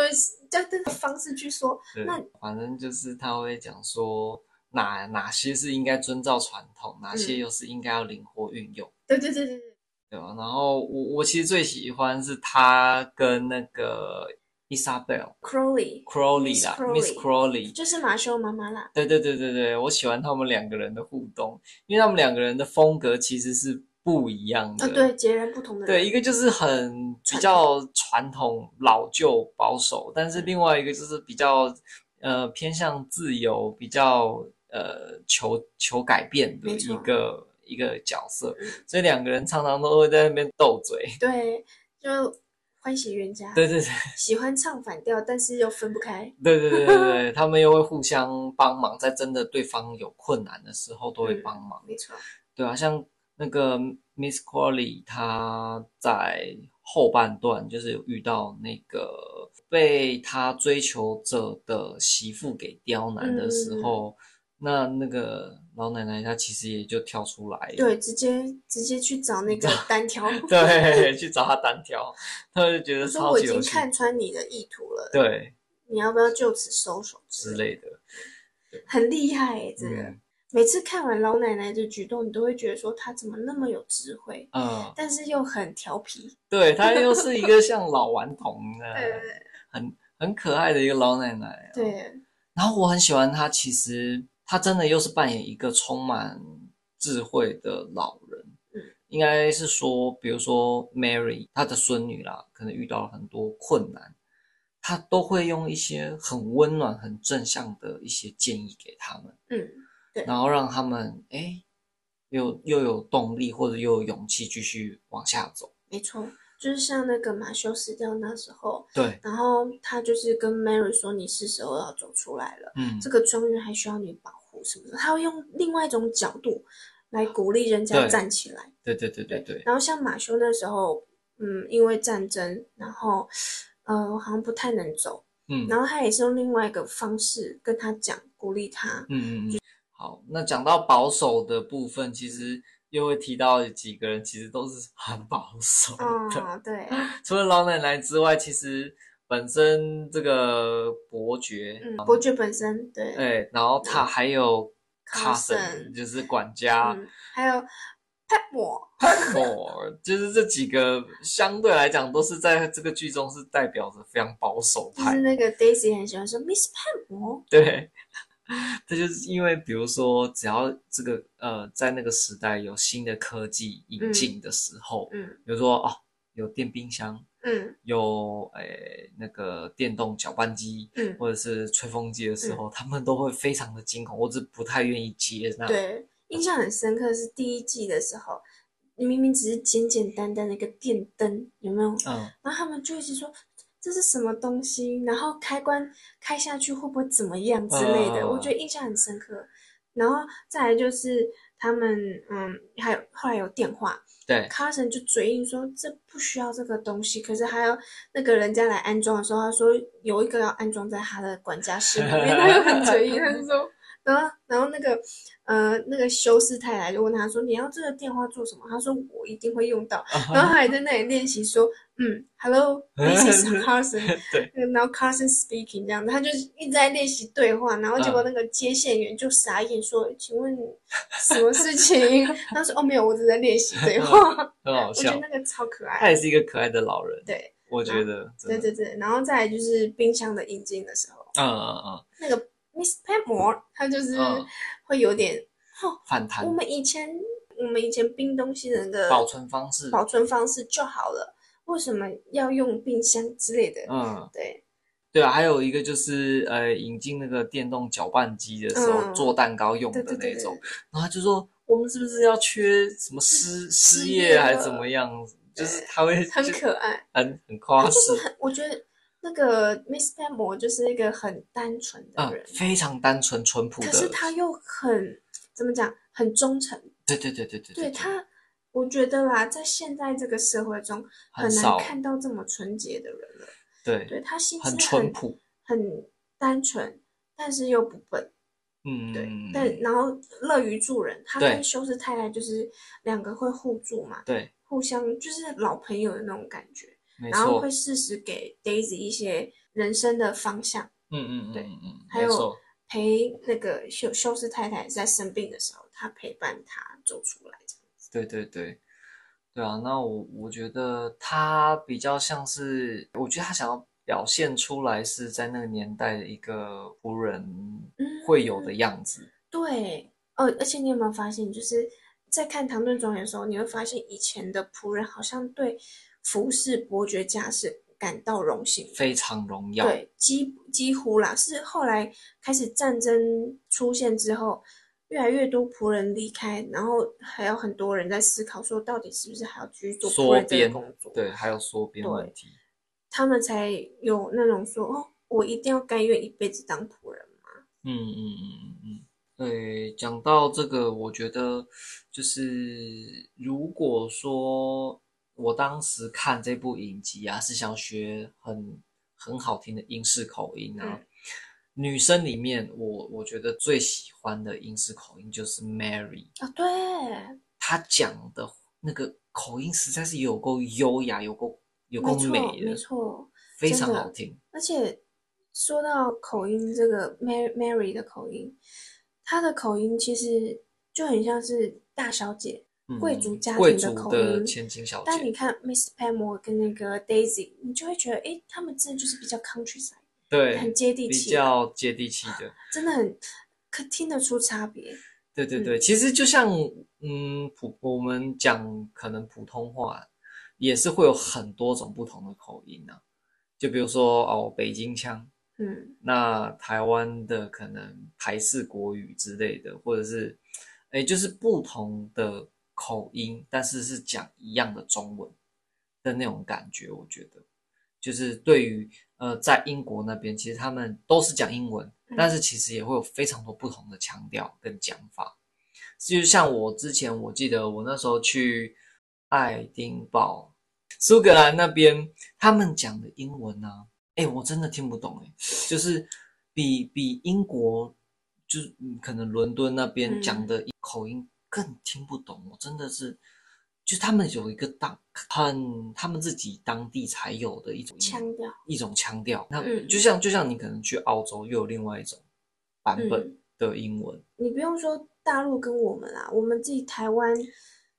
Speaker 2: 这样这个方式去说，
Speaker 1: 对
Speaker 2: 那，
Speaker 1: 反正就是他会讲说哪哪些是应该遵照传统，哪些
Speaker 2: 嗯
Speaker 1: 又是应该要灵活运用，
Speaker 2: 对对对对对，
Speaker 1: 对吧？然后我我其实最喜欢是他跟那个 Isabel
Speaker 2: ，Crowley
Speaker 1: Crowley 啦，Miss
Speaker 2: Miss
Speaker 1: Crowley，
Speaker 2: 就是马修妈妈啦，
Speaker 1: 对对对对对，我喜欢他们两个人的互动，因为他们两个人的风格其实是不一样的。
Speaker 2: 啊、对，截然不同的人，
Speaker 1: 对，一个就是很比较传统、老旧、保守，但是另外一个就是比较呃偏向自由、比较呃求求改变的
Speaker 2: 没错
Speaker 1: 一个一个角色
Speaker 2: 嗯，
Speaker 1: 所以两个人常常都会在那边斗嘴。
Speaker 2: 对，就欢喜冤家，
Speaker 1: 对对对
Speaker 2: 喜欢唱反调，但是又分不开，
Speaker 1: 对对对对对，他们又会互相帮忙，在真的对方有困难的时候都会
Speaker 2: 嗯
Speaker 1: 帮忙。
Speaker 2: 没错，
Speaker 1: 对啊，像那个 Miss Crawley，她在后半段就是有遇到那个被她追求者的媳妇给刁难
Speaker 2: 嗯
Speaker 1: 的时候，那那个老奶奶她其实也就跳出来，
Speaker 2: 对，直接直接去找那个单挑，
Speaker 1: 对， 去找她单挑，她就觉得
Speaker 2: 我说
Speaker 1: 超
Speaker 2: 我已
Speaker 1: 级有
Speaker 2: 经
Speaker 1: 趣，
Speaker 2: 看穿你的意图了，
Speaker 1: 对
Speaker 2: 你要不要就此收手
Speaker 1: 之
Speaker 2: 之类
Speaker 1: 类
Speaker 2: 的？
Speaker 1: 的，
Speaker 2: 很厉害耶、这个、
Speaker 1: 嗯
Speaker 2: 每次看完老奶奶的举动，你都会觉得说她怎么那么有智慧，
Speaker 1: 嗯，
Speaker 2: 但是又很调皮。
Speaker 1: 对，她又是一个像老顽童的，
Speaker 2: 对
Speaker 1: 很很可爱的一个老奶奶、啊，
Speaker 2: 对
Speaker 1: 然后我很喜欢他，其实他真的又是扮演一个充满智慧的老人。
Speaker 2: 嗯
Speaker 1: 应该是说，比如说 Mary 她的孙女啦，可能遇到了很多困难，他都会用一些很温暖、很正向的一些建议给他们，
Speaker 2: 嗯，对
Speaker 1: 然后让他们哎又又有动力或者又有勇气继续往下走。
Speaker 2: 没错，就是像那个马修死掉那时候，
Speaker 1: 对，
Speaker 2: 然后他就是跟 Mary 说：“你是时候要走出来了，
Speaker 1: 嗯，
Speaker 2: 这个庄园还需要你保护什么的。”他会用另外一种角度来鼓励人家
Speaker 1: 对
Speaker 2: 站起来。
Speaker 1: 对对对对对，
Speaker 2: 然后像马修那时候，嗯，因为战争，然后呃，好像不太能走。
Speaker 1: 嗯。
Speaker 2: 然后他也是用另外一个方式跟他讲，鼓励他。
Speaker 1: 嗯嗯嗯，好，那讲到保守的部分，其实又会提到几个人，其实都是很保守的。
Speaker 2: 哦，对，
Speaker 1: 除了老奶奶之外，其实本身这个伯爵，
Speaker 2: 嗯，伯爵本身对，
Speaker 1: 哎，然后他还有卡
Speaker 2: Carson
Speaker 1: 森，就是管家
Speaker 2: 嗯，还有派姆，
Speaker 1: 哦，就是这几个相对来讲都是在这个剧中是代表着非常保守
Speaker 2: 就
Speaker 1: 派
Speaker 2: 是
Speaker 1: 的。
Speaker 2: 那个 Daisy 很喜欢说 Miss 派姆，
Speaker 1: 对，这就是因为，比如说，只要这个呃，在那个时代有新的科技引进的时候，
Speaker 2: 嗯
Speaker 1: 比如说哦，有电冰箱，
Speaker 2: 嗯
Speaker 1: 有诶、那个电动搅拌机
Speaker 2: 嗯，
Speaker 1: 或者是吹风机的时候，他们都会非常的惊恐，或者不太愿意接纳。
Speaker 2: 对，印象很深刻是第一季的时候，明明只是简简单单的一个电灯，有没有？
Speaker 1: 嗯，
Speaker 2: 然后他们就一直说这是什么东西，然后开关开下去会不会怎么样之类的，
Speaker 1: 嗯
Speaker 2: 我觉得印象很深刻。然后再来就是他们，嗯，还有后来有电话
Speaker 1: 对，
Speaker 2: ，Carson 就嘴硬说这不需要这个东西，可是还要那个人家来安装的时候，他说有一个要安装在他的管家室里面，他又很嘴硬，他就说。然后，然后那个，呃，那个修斯太太就问他说：“你要这个电话做什么？”他说：“我一定会用到。” 然后他还在那里练习说，嗯，Hello，this is Carson，嗯
Speaker 1: 对，
Speaker 2: 然后 Carson speaking 这样子，他就一直在练习对话，然后结果
Speaker 1: 嗯
Speaker 2: 那个接线员就傻眼说：“请问什么事情？” 他说：“哦，没有，我只是在练习对话。
Speaker 1: 很”嗯好
Speaker 2: 我觉得
Speaker 1: 笑
Speaker 2: 那。个超可
Speaker 1: 他
Speaker 2: 爱，
Speaker 1: 也是一个可爱的老人，
Speaker 2: 对
Speaker 1: 我觉得真
Speaker 2: 对
Speaker 1: 的。
Speaker 2: 对对，然后再来就是冰箱的引进的时候，
Speaker 1: 嗯嗯嗯，
Speaker 2: 那个 Miss Pamore 她就是
Speaker 1: 嗯
Speaker 2: 会有点，
Speaker 1: 反弹
Speaker 2: 我们以前我们以前冰东西的那个
Speaker 1: 保存方式，
Speaker 2: 保存方式就好了，为什么要用冰箱之类的？
Speaker 1: 嗯，
Speaker 2: 对，
Speaker 1: 对啊，还有一个就是呃，引进那个电动搅拌机的时候
Speaker 2: 嗯
Speaker 1: 做蛋糕用的
Speaker 2: 对对
Speaker 1: 那
Speaker 2: 对
Speaker 1: 种
Speaker 2: 对，，
Speaker 1: 然后他就说我们是不是要缺什么失失业
Speaker 2: 业
Speaker 1: 还是
Speaker 2: 了
Speaker 1: 怎么样？就是
Speaker 2: 对
Speaker 1: 他会
Speaker 2: 很
Speaker 1: 就
Speaker 2: 可爱。
Speaker 1: 很很
Speaker 2: 他
Speaker 1: 夸
Speaker 2: 就是
Speaker 1: 饰，
Speaker 2: 很，我觉得那个 Miss p a m o r 就是一个很单纯的
Speaker 1: 嗯
Speaker 2: 人，，
Speaker 1: 非常单纯淳朴
Speaker 2: 可
Speaker 1: 的。
Speaker 2: 是他又很怎么讲，很忠诚。
Speaker 1: 对对对对对
Speaker 2: 对他，我觉得啦，在现在这个社会中，
Speaker 1: 很
Speaker 2: 很
Speaker 1: 少
Speaker 2: 难看到这么纯洁的人了。
Speaker 1: 对
Speaker 2: 对他心思
Speaker 1: 很淳朴，
Speaker 2: 很单纯，但是又不笨。
Speaker 1: 嗯，
Speaker 2: 对，但然后乐于助人，他
Speaker 1: 对
Speaker 2: 跟修斯太太就是两个会互助嘛，
Speaker 1: 对
Speaker 2: 互相就是老朋友的那种感觉，
Speaker 1: 没
Speaker 2: 然后
Speaker 1: 错
Speaker 2: 会，适时给 Daisy 一些人生的方向，
Speaker 1: 嗯嗯嗯
Speaker 2: 对
Speaker 1: 嗯嗯，
Speaker 2: 还
Speaker 1: 没
Speaker 2: 有
Speaker 1: 错，
Speaker 2: 陪那个修修斯太太在生病的时候，他陪伴她走出来这样子。
Speaker 1: 对对对。对啊，那我我觉得他比较像是，我觉得他想要表现出来是在那个年代的一个仆人
Speaker 2: 嗯
Speaker 1: 会有的样子。
Speaker 2: 对，哦，而且你有没有发现，就是在看《唐顿庄园》的时候，你会发现以前的仆人好像对服侍伯爵家是感到荣幸的。
Speaker 1: 非常荣耀，
Speaker 2: 对，几几乎啦，是后来开始战争出现之后，越来越多仆人离开，然后还有很多人在思考说，到底是不是还要继续做仆
Speaker 1: 缩
Speaker 2: 人这个
Speaker 1: 编
Speaker 2: 工作？，
Speaker 1: 对，还有缩编
Speaker 2: 对
Speaker 1: 问题，
Speaker 2: 他们才有那种说，哦，我一定要甘愿一辈子当仆人嘛。
Speaker 1: 嗯嗯嗯嗯嗯，对，讲到这个，我觉得就是如果说我当时看这部影集啊，是想学很很好听的英式口音啊。
Speaker 2: 嗯
Speaker 1: 女生里面我，我觉得最喜欢的英式口音就是 Mary，
Speaker 2: 啊、对，
Speaker 1: 她讲的那个口音实在是有够优雅，有够有
Speaker 2: 没
Speaker 1: 够
Speaker 2: 错，
Speaker 1: 美
Speaker 2: 没
Speaker 1: 的，
Speaker 2: 错。
Speaker 1: 非
Speaker 2: 真
Speaker 1: 常
Speaker 2: 的
Speaker 1: 好听。
Speaker 2: 而且说到口音，这个 Mary Mary 的口音，她的口音其实就很像是大小姐。
Speaker 1: 嗯
Speaker 2: 贵族家
Speaker 1: 贵
Speaker 2: 庭的
Speaker 1: 族
Speaker 2: 口
Speaker 1: 的
Speaker 2: 音
Speaker 1: 千金小
Speaker 2: 但
Speaker 1: 姐
Speaker 2: 你，看 Miss Pamore 跟那个 Daisy，你就会觉得，诶，他们真的就是比较 countryside，
Speaker 1: 对，
Speaker 2: 很接地
Speaker 1: 比
Speaker 2: 气啊，
Speaker 1: 较接地气的。
Speaker 2: 真的很可听得出差别。
Speaker 1: 对对对，
Speaker 2: 嗯
Speaker 1: 其实就像嗯普我们讲可能普通话也是会有很多种不同的口音啊，就比如说哦北京腔，
Speaker 2: 嗯，
Speaker 1: 那台湾的可能台式国语之类的，或者是哎就是不同的口音，但是是讲一样的中文的那种感觉，我觉得就是对于呃在英国那边，其实他们都是讲英文，
Speaker 2: 嗯
Speaker 1: 但是其实也会有非常多不同的腔调跟讲法。就像我之前，我记得我那时候去爱丁堡、苏格兰那边，他们讲的英文呢、哎、我真的听不懂哎、就是比比英国，就是嗯可能伦敦那边
Speaker 2: 嗯
Speaker 1: 讲的口音更听不懂，我真的是，就他们有一个当很他们自己当地才有的一种
Speaker 2: 腔调，
Speaker 1: 一种腔调，那
Speaker 2: 嗯
Speaker 1: 就像就像你可能去澳洲又有另外一种版本
Speaker 2: 嗯，
Speaker 1: 的英文，
Speaker 2: 你不用说大陆跟我们啦，我们自己台湾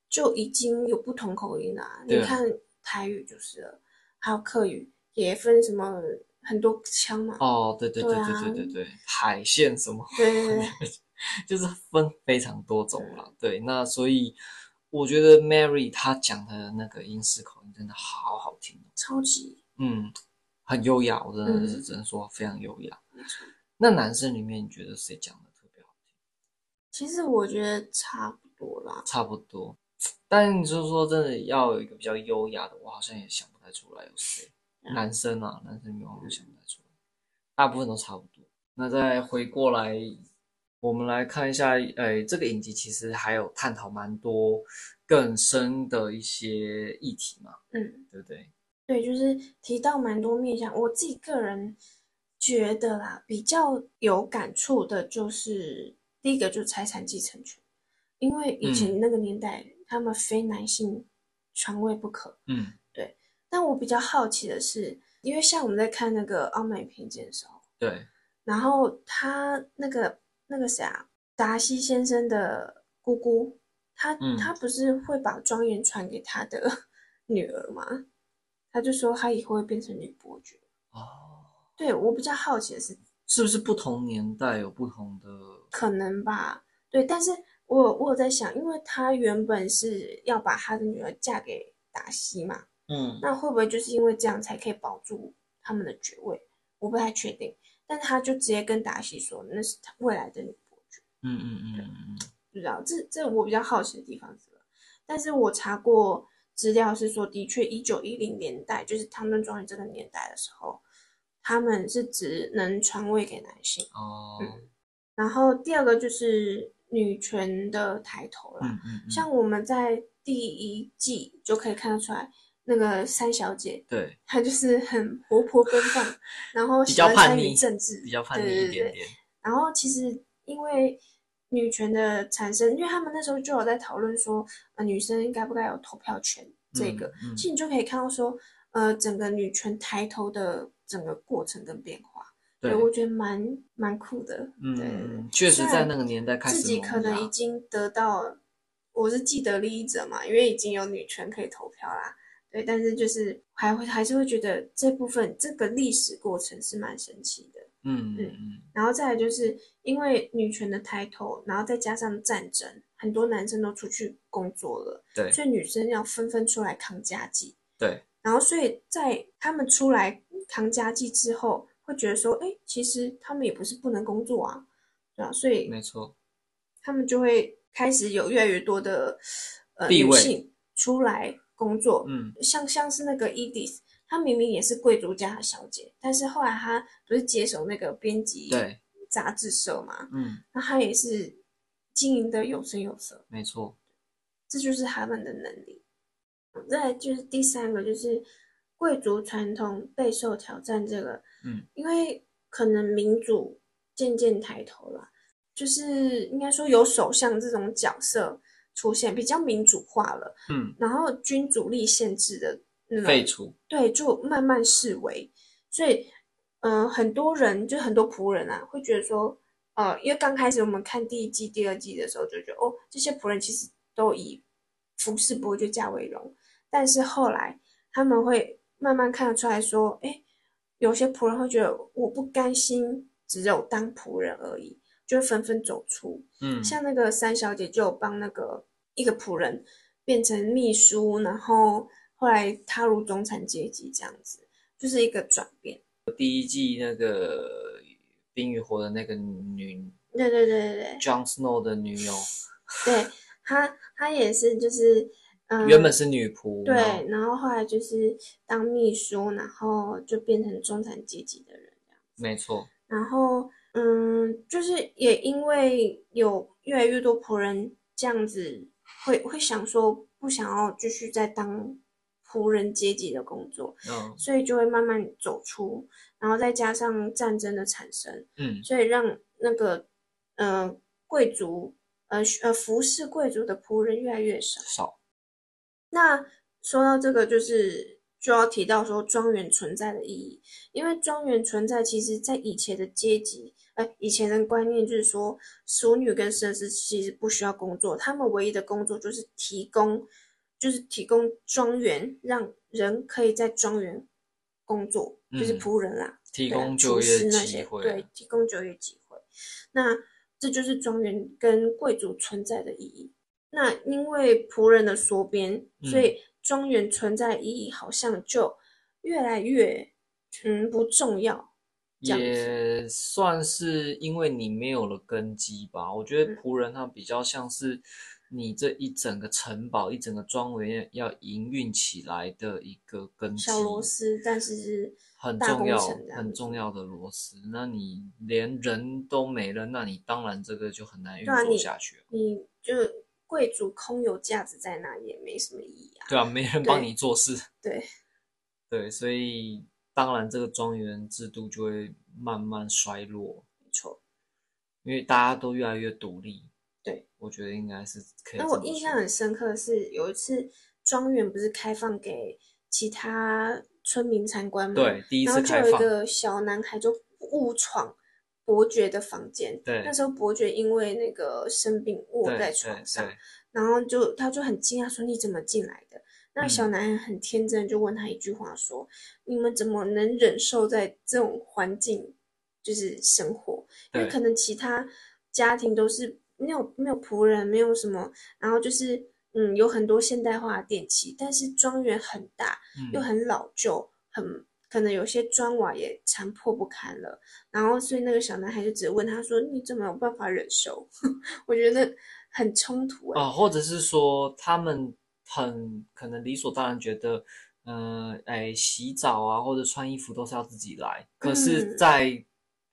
Speaker 2: 就已经有不同口音啦。
Speaker 1: 对
Speaker 2: 你
Speaker 1: 啊
Speaker 2: 看台语就是了，还有客语也分什么很多腔嘛。
Speaker 1: 哦，对对对对
Speaker 2: 对啊
Speaker 1: 对对对，海鲜什么。
Speaker 2: 对对对，
Speaker 1: 就是分非常多种啦。对，那所以我觉得 Mary 她讲的那个英式口音真的好好听哦，
Speaker 2: 超级
Speaker 1: 嗯，很优雅，我真的是
Speaker 2: 嗯
Speaker 1: 只能说非常优雅。
Speaker 2: 没错。
Speaker 1: 那男生里面你觉得谁讲的特别好听？
Speaker 2: 其实我觉得差不多啦。
Speaker 1: 差不多，但你就是说真的要有一个比较优雅的，我好像也想不太出来有谁。
Speaker 2: 嗯
Speaker 1: 男生啊，男生有我想不太出来，大部分都差不多。那再回过来，我们来看一下，呃，这个影集其实还有探讨蛮多更深的一些议题嘛，
Speaker 2: 嗯，
Speaker 1: 对不对？
Speaker 2: 对，就是提到蛮多面向，我自己个人觉得啦，比较有感触的就是第一个就是财产继承权，因为以前那个年代，他们非男性传位不可。
Speaker 1: 嗯
Speaker 2: 但我比较好奇的是，因为像我们在看那个《傲慢与偏见》的时候，
Speaker 1: 对，
Speaker 2: 然后他那个那个谁啊，达西先生的姑姑，他、
Speaker 1: 嗯
Speaker 2: 他不是会把庄园传给他的 女儿吗？他就说他以后会变成女伯爵。
Speaker 1: 哦，
Speaker 2: 对我比较好奇的是，
Speaker 1: 是不是不同年代有不同的？
Speaker 2: 可能吧，对，但是我有我有在想，因为他原本是要把他的女儿嫁给达西嘛，
Speaker 1: 嗯
Speaker 2: 那会不会就是因为这样才可以保住他们的爵位？我不太确定。但他就直接跟达西说，那是他未来的女伯爵，
Speaker 1: 嗯嗯嗯嗯嗯，
Speaker 2: 不知道这这我比较好奇的地方是这个。但是我查过资料是说，的确，一九一零年代，就是汤顿庄园这个年代的时候，他们是只能传位给男性。
Speaker 1: 哦，
Speaker 2: 然后第二个就是女权的抬头啦，
Speaker 1: 嗯嗯，嗯
Speaker 2: 像我们在第一季就可以看得出来，那个三小姐
Speaker 1: 对
Speaker 2: 她就是很活泼奔放，然后
Speaker 1: 比
Speaker 2: 喜
Speaker 1: 较
Speaker 2: 欢
Speaker 1: 叛
Speaker 2: 参
Speaker 1: 逆
Speaker 2: 与政治，
Speaker 1: 比较叛逆
Speaker 2: 对
Speaker 1: 一
Speaker 2: 对
Speaker 1: 点
Speaker 2: 对。
Speaker 1: 点，
Speaker 2: 然后其实因为女权的产生，因为他们那时候就有在讨论说，呃，女生该不该有投票权这个，
Speaker 1: 嗯嗯
Speaker 2: 其实你就可以看到说，呃，整个女权抬头的整个过程跟变化，
Speaker 1: 对，
Speaker 2: 我觉得蛮蛮酷的，对对对。
Speaker 1: 嗯，确实在那个年代开始
Speaker 2: 自己可
Speaker 1: 萌芽
Speaker 2: 能已经得到，我是既得利益者嘛，因为已经有女权可以投票啦。对，但是就是还会还是会觉得这部分这个历史过程是蛮神奇的。
Speaker 1: 嗯
Speaker 2: 嗯
Speaker 1: 嗯
Speaker 2: 然后再来就是因为女权的抬头，然后再加上战争，很多男生都出去工作了，
Speaker 1: 对
Speaker 2: 所以女生要纷纷出来扛家计。
Speaker 1: 对，
Speaker 2: 然后所以在他们出来扛家计之后，会觉得说，哎，其实他们也不是不能工作啊，对啊，所以
Speaker 1: 没错，
Speaker 2: 他们就会开始有越来越多的呃
Speaker 1: 地
Speaker 2: 女
Speaker 1: 位
Speaker 2: 性出来工作，
Speaker 1: 嗯
Speaker 2: 像像是那个 Edith，她明明也是贵族家的小姐，但是后来她不是接手那个编辑
Speaker 1: 对，
Speaker 2: 杂志社嘛，
Speaker 1: 嗯
Speaker 2: 那她也是经营的有声有色，
Speaker 1: 没错，
Speaker 2: 这就是他们的能力。再来就是第三个，就是贵族传统备受挑战这个，
Speaker 1: 嗯，
Speaker 2: 因为可能民主渐渐抬头了，就是应该说有首相这种角色出现，比较民主化了，
Speaker 1: 嗯，
Speaker 2: 然后君主立宪制的那
Speaker 1: 废
Speaker 2: 种，
Speaker 1: 除，
Speaker 2: 对，就慢慢视为，所以，嗯、很多人就很多仆人啊，会觉得说，呃，因为刚开始我们看第一季、第二季的时候，就觉得哦，这些仆人其实都以服侍伯爵家为荣，但是后来他们会慢慢看得出来说，哎，有些仆人会觉得我不甘心只有当仆人而已，就纷纷走出。
Speaker 1: 嗯，
Speaker 2: 像那个三小姐就有帮那个一个仆人变成秘书，然后后来踏入中产阶级这样子，就是一个转变。
Speaker 1: 继那个《冰与火》的那个女
Speaker 2: 对对对对
Speaker 1: Jon Snow 的女友，
Speaker 2: 对，对她她也是就是嗯，
Speaker 1: 原本是女仆，
Speaker 2: 对
Speaker 1: 然后，
Speaker 2: 然后后来就是当秘书，然后就变成中产阶级的人这样。
Speaker 1: 没错，
Speaker 2: 然后嗯，就是也因为有越来越多仆人这样子会会想说不想要继续再当仆人阶级的工作，
Speaker 1: 嗯
Speaker 2: 所以就会慢慢走出，然后再加上战争的产生，
Speaker 1: 嗯
Speaker 2: 所以让那个呃贵族呃呃服侍贵族的仆人越来越少。
Speaker 1: 少，
Speaker 2: 那说到这个，就是就要提到说庄园存在的意义，因为庄园存在，其实在以前的阶级，呃，以前的观念就是说，淑女跟绅士其实不需要工作，他们唯一的工作就是提供，就是提供庄园，让人可以在庄园工作，就是
Speaker 1: 嗯
Speaker 2: 仆人啦，
Speaker 1: 提
Speaker 2: 对
Speaker 1: 供就
Speaker 2: 厨师
Speaker 1: 业
Speaker 2: 那
Speaker 1: 机
Speaker 2: 些，
Speaker 1: 会，啊
Speaker 2: 对，提供就业机会。那这就是庄园跟贵族存在的意义。那因为仆人的缩编，所
Speaker 1: 嗯
Speaker 2: 以庄园存在意义好像就越来越嗯不重要。这样子
Speaker 1: 也算是因为你没有了根基吧。我觉得
Speaker 2: 嗯
Speaker 1: 仆人他比较像是你这一整个城堡、一整个庄园要营运起来的一个根基，
Speaker 2: 小螺丝，但是是
Speaker 1: 很
Speaker 2: 大
Speaker 1: 重
Speaker 2: 工
Speaker 1: 要
Speaker 2: 程这、样
Speaker 1: 很
Speaker 2: 子
Speaker 1: 重要的螺丝。那你连人都没了，那你当然这个就很难运
Speaker 2: 对啊
Speaker 1: 作
Speaker 2: 你
Speaker 1: 下去了。
Speaker 2: 你就贵族空有价值在哪也没什么意义啊。
Speaker 1: 对啊，没人帮
Speaker 2: 对
Speaker 1: 你做事。
Speaker 2: 对，
Speaker 1: 对，所以当然这个庄园制度就会慢慢衰落，
Speaker 2: 没错。
Speaker 1: 因为大家都越来越独立。
Speaker 2: 对，
Speaker 1: 我觉得应该是可以这
Speaker 2: 那
Speaker 1: 么说。
Speaker 2: 我印象很深刻的是有一次庄园不是开放给其他村民参观吗？
Speaker 1: 对，第一
Speaker 2: 然
Speaker 1: 次
Speaker 2: 后就
Speaker 1: 开
Speaker 2: 有一
Speaker 1: 放，
Speaker 2: 个小男孩就误闯伯爵的房间。
Speaker 1: 对
Speaker 2: 那时候伯爵因为那个生病卧
Speaker 1: 对
Speaker 2: 在
Speaker 1: 对
Speaker 2: 床上
Speaker 1: 对，，
Speaker 2: 然后就他就很惊讶说：“你怎么进来的？”那
Speaker 1: 嗯
Speaker 2: 小男孩很天真，就问他一句话说：“你们怎么能忍受在这种环境就是生活？因为
Speaker 1: 对
Speaker 2: 可能其他家庭都是没有没有仆人，没有什么，然后就是嗯有很多现代化的电器，但是庄园很大，
Speaker 1: 嗯
Speaker 2: 又很老旧，很可能有些砖瓦也残破不堪了。然后，所以那个小男孩就只问他说：“你怎么有办法忍受？” 我觉得很冲突哎、
Speaker 1: 啊、或者是说他们很可能理所当然觉得，嗯，哎，洗澡啊或者穿衣服都是要自己来，可是，
Speaker 2: 嗯
Speaker 1: 在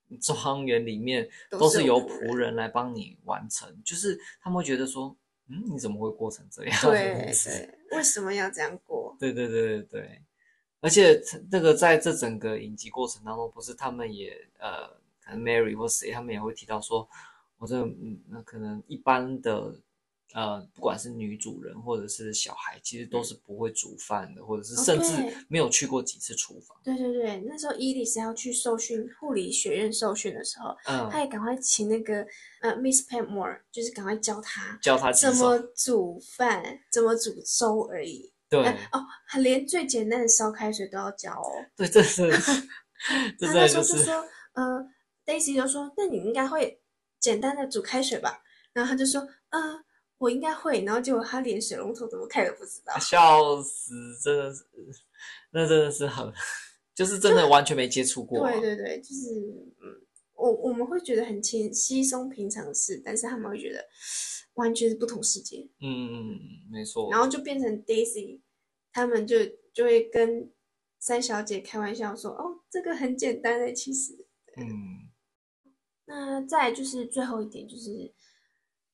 Speaker 1: 庄园里面
Speaker 2: 都
Speaker 1: 都
Speaker 2: 是
Speaker 1: 是
Speaker 2: 有
Speaker 1: 由
Speaker 2: 仆
Speaker 1: 仆人来帮你完成，就是他们会觉得说，嗯，你怎么会过成这样
Speaker 2: 对
Speaker 1: 子？
Speaker 2: 对，为什么要这样过？
Speaker 1: 对对对对对，而且那个在这整个影集过程当中，不是他们也呃，可能 Mary 或谁，他们也会提到说，我这嗯，那可能一般的呃，不管是女主人或者是小孩，其实都是不会煮饭的，或者是
Speaker 2: 哦
Speaker 1: 甚至
Speaker 2: 对
Speaker 1: 没有去过几次厨房。
Speaker 2: 对对对，那时候伊丽莎要去受训护理学院受训的时候，她
Speaker 1: 嗯，
Speaker 2: 也赶快请那个呃 Miss Petmore，就是赶快教她
Speaker 1: 教他几
Speaker 2: 怎么
Speaker 1: 手，
Speaker 2: 煮饭，怎么煮粥而已。
Speaker 1: 对
Speaker 2: 哎哦，还连最简单的烧开水都要教哦。
Speaker 1: 对，这 是这
Speaker 2: 他
Speaker 1: 真
Speaker 2: 那
Speaker 1: 的
Speaker 2: 时
Speaker 1: 就
Speaker 2: 候就是说，呃，Daisy 就说，那你应该会简单的煮开水吧？然后他就说，嗯、我应该会。然后结果他连水龙头怎么开都不知道，
Speaker 1: 笑死，真的是，那真的是很，就是真的完全没接触过啊、
Speaker 2: 对对对，就是嗯，我我们会觉得很轻稀松平常的事，但是他们会觉得完全是不同世界，
Speaker 1: 嗯，嗯嗯，没错。
Speaker 2: 然后就变成 Daisy，他们就就会跟三小姐开玩笑说，哦，这个很简单的，其实。
Speaker 1: 嗯，
Speaker 2: 那再来就是最后一点，就是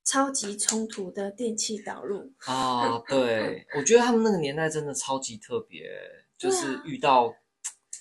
Speaker 2: 超级冲突的电器导入。
Speaker 1: 啊，对，我觉得他们那个年代真的超级特别，
Speaker 2: 啊
Speaker 1: 就是遇到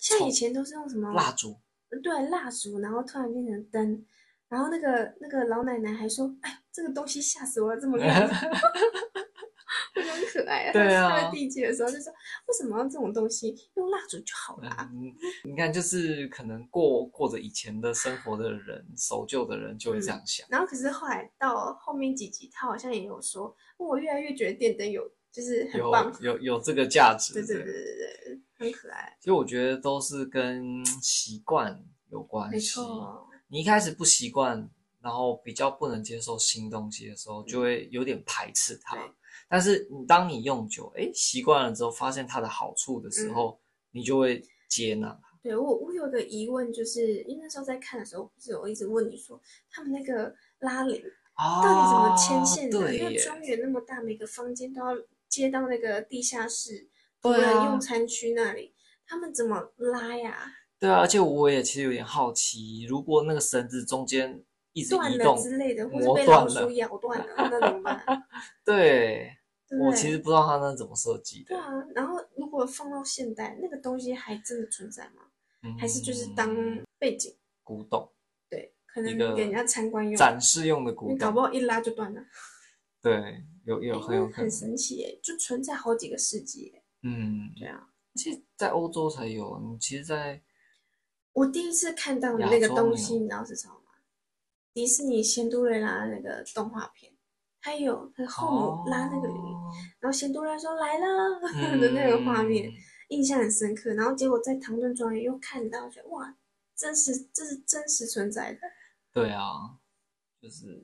Speaker 2: 像以前都是用什么
Speaker 1: 蜡烛，
Speaker 2: 对蜡烛，然后突然变成灯，然后那个那个老奶奶还说：“哎，这个东西吓死我了，这么亮。” 我觉得很可爱 啊。
Speaker 1: 对啊
Speaker 2: 她在地基的时候就说：“为什么要这种东西？用蜡烛就好啦。
Speaker 1: 嗯，你看，就是可能过过着以前的生活的人，守旧的人
Speaker 2: 嗯
Speaker 1: 就会这样想。
Speaker 2: 然后可是后来到后面几集，她好像也有说：“哦我越来越觉得电灯有就是很
Speaker 1: 有
Speaker 2: 棒。
Speaker 1: 有有这个价”值，
Speaker 2: 对对对对对，很可爱，
Speaker 1: 其实我觉得都是跟习惯有关
Speaker 2: 没
Speaker 1: 系。
Speaker 2: 错。
Speaker 1: 你一开始不习惯，然后比较不能接受新东西的时候，就会有点排斥它。
Speaker 2: 对
Speaker 1: 但是你当你用久，哎，习惯了之后，发现它的好处的
Speaker 2: 嗯
Speaker 1: 时候，你就会接纳。
Speaker 2: 对我，我有个疑问，就是因为那时候在看的时候，不是我一直问你说，他们那个拉铃
Speaker 1: 啊
Speaker 2: 到底怎么牵线的？
Speaker 1: 对
Speaker 2: 因为
Speaker 1: 耶，
Speaker 2: 庄园那么大，每个房间都要接到那个地下室仆
Speaker 1: 对
Speaker 2: 人
Speaker 1: 啊
Speaker 2: 用餐区那里，他们怎么拉呀？
Speaker 1: 对啊，而且我也其实有点好奇，如果那个绳子中间一直
Speaker 2: 断
Speaker 1: 移
Speaker 2: 了
Speaker 1: 动，
Speaker 2: 之类的，或者
Speaker 1: 磨
Speaker 2: 被
Speaker 1: 断
Speaker 2: 老鼠
Speaker 1: 了
Speaker 2: 咬断了，那怎 么办？
Speaker 1: 对
Speaker 2: 对不
Speaker 1: 我
Speaker 2: 对
Speaker 1: 其实不知道它那怎么设计的
Speaker 2: 对，啊，然后如果放到现代，那个东西还真的存在吗？还是就是
Speaker 1: 嗯
Speaker 2: 当背景？
Speaker 1: 古董
Speaker 2: 对，可
Speaker 1: 一
Speaker 2: 能
Speaker 1: 个
Speaker 2: 给人家参观用，
Speaker 1: 展示用的古
Speaker 2: 你搞
Speaker 1: 董
Speaker 2: 不，好一拉就断了。
Speaker 1: 对，有有很
Speaker 2: 因
Speaker 1: 有
Speaker 2: 为
Speaker 1: 可能
Speaker 2: 哦很，神奇耶，就存在好几个世纪耶。
Speaker 1: 嗯，
Speaker 2: 对啊，
Speaker 1: 而且在欧洲才有，你其实在，
Speaker 2: 我第一次看到你
Speaker 1: 亚
Speaker 2: 那个
Speaker 1: 洲
Speaker 2: 东
Speaker 1: 没
Speaker 2: 西，
Speaker 1: 有
Speaker 2: 你知道是什么吗？迪士尼《仙都瑞拉》那个动画片，它有那个后母拉那个铃，
Speaker 1: 哦
Speaker 2: 然后仙都瑞拉说来了 的那个画面，
Speaker 1: 嗯
Speaker 2: 印象很深刻。然后结果在唐顿庄园又看到，觉得哇，真实这是真实 存在的。
Speaker 1: 对啊，就是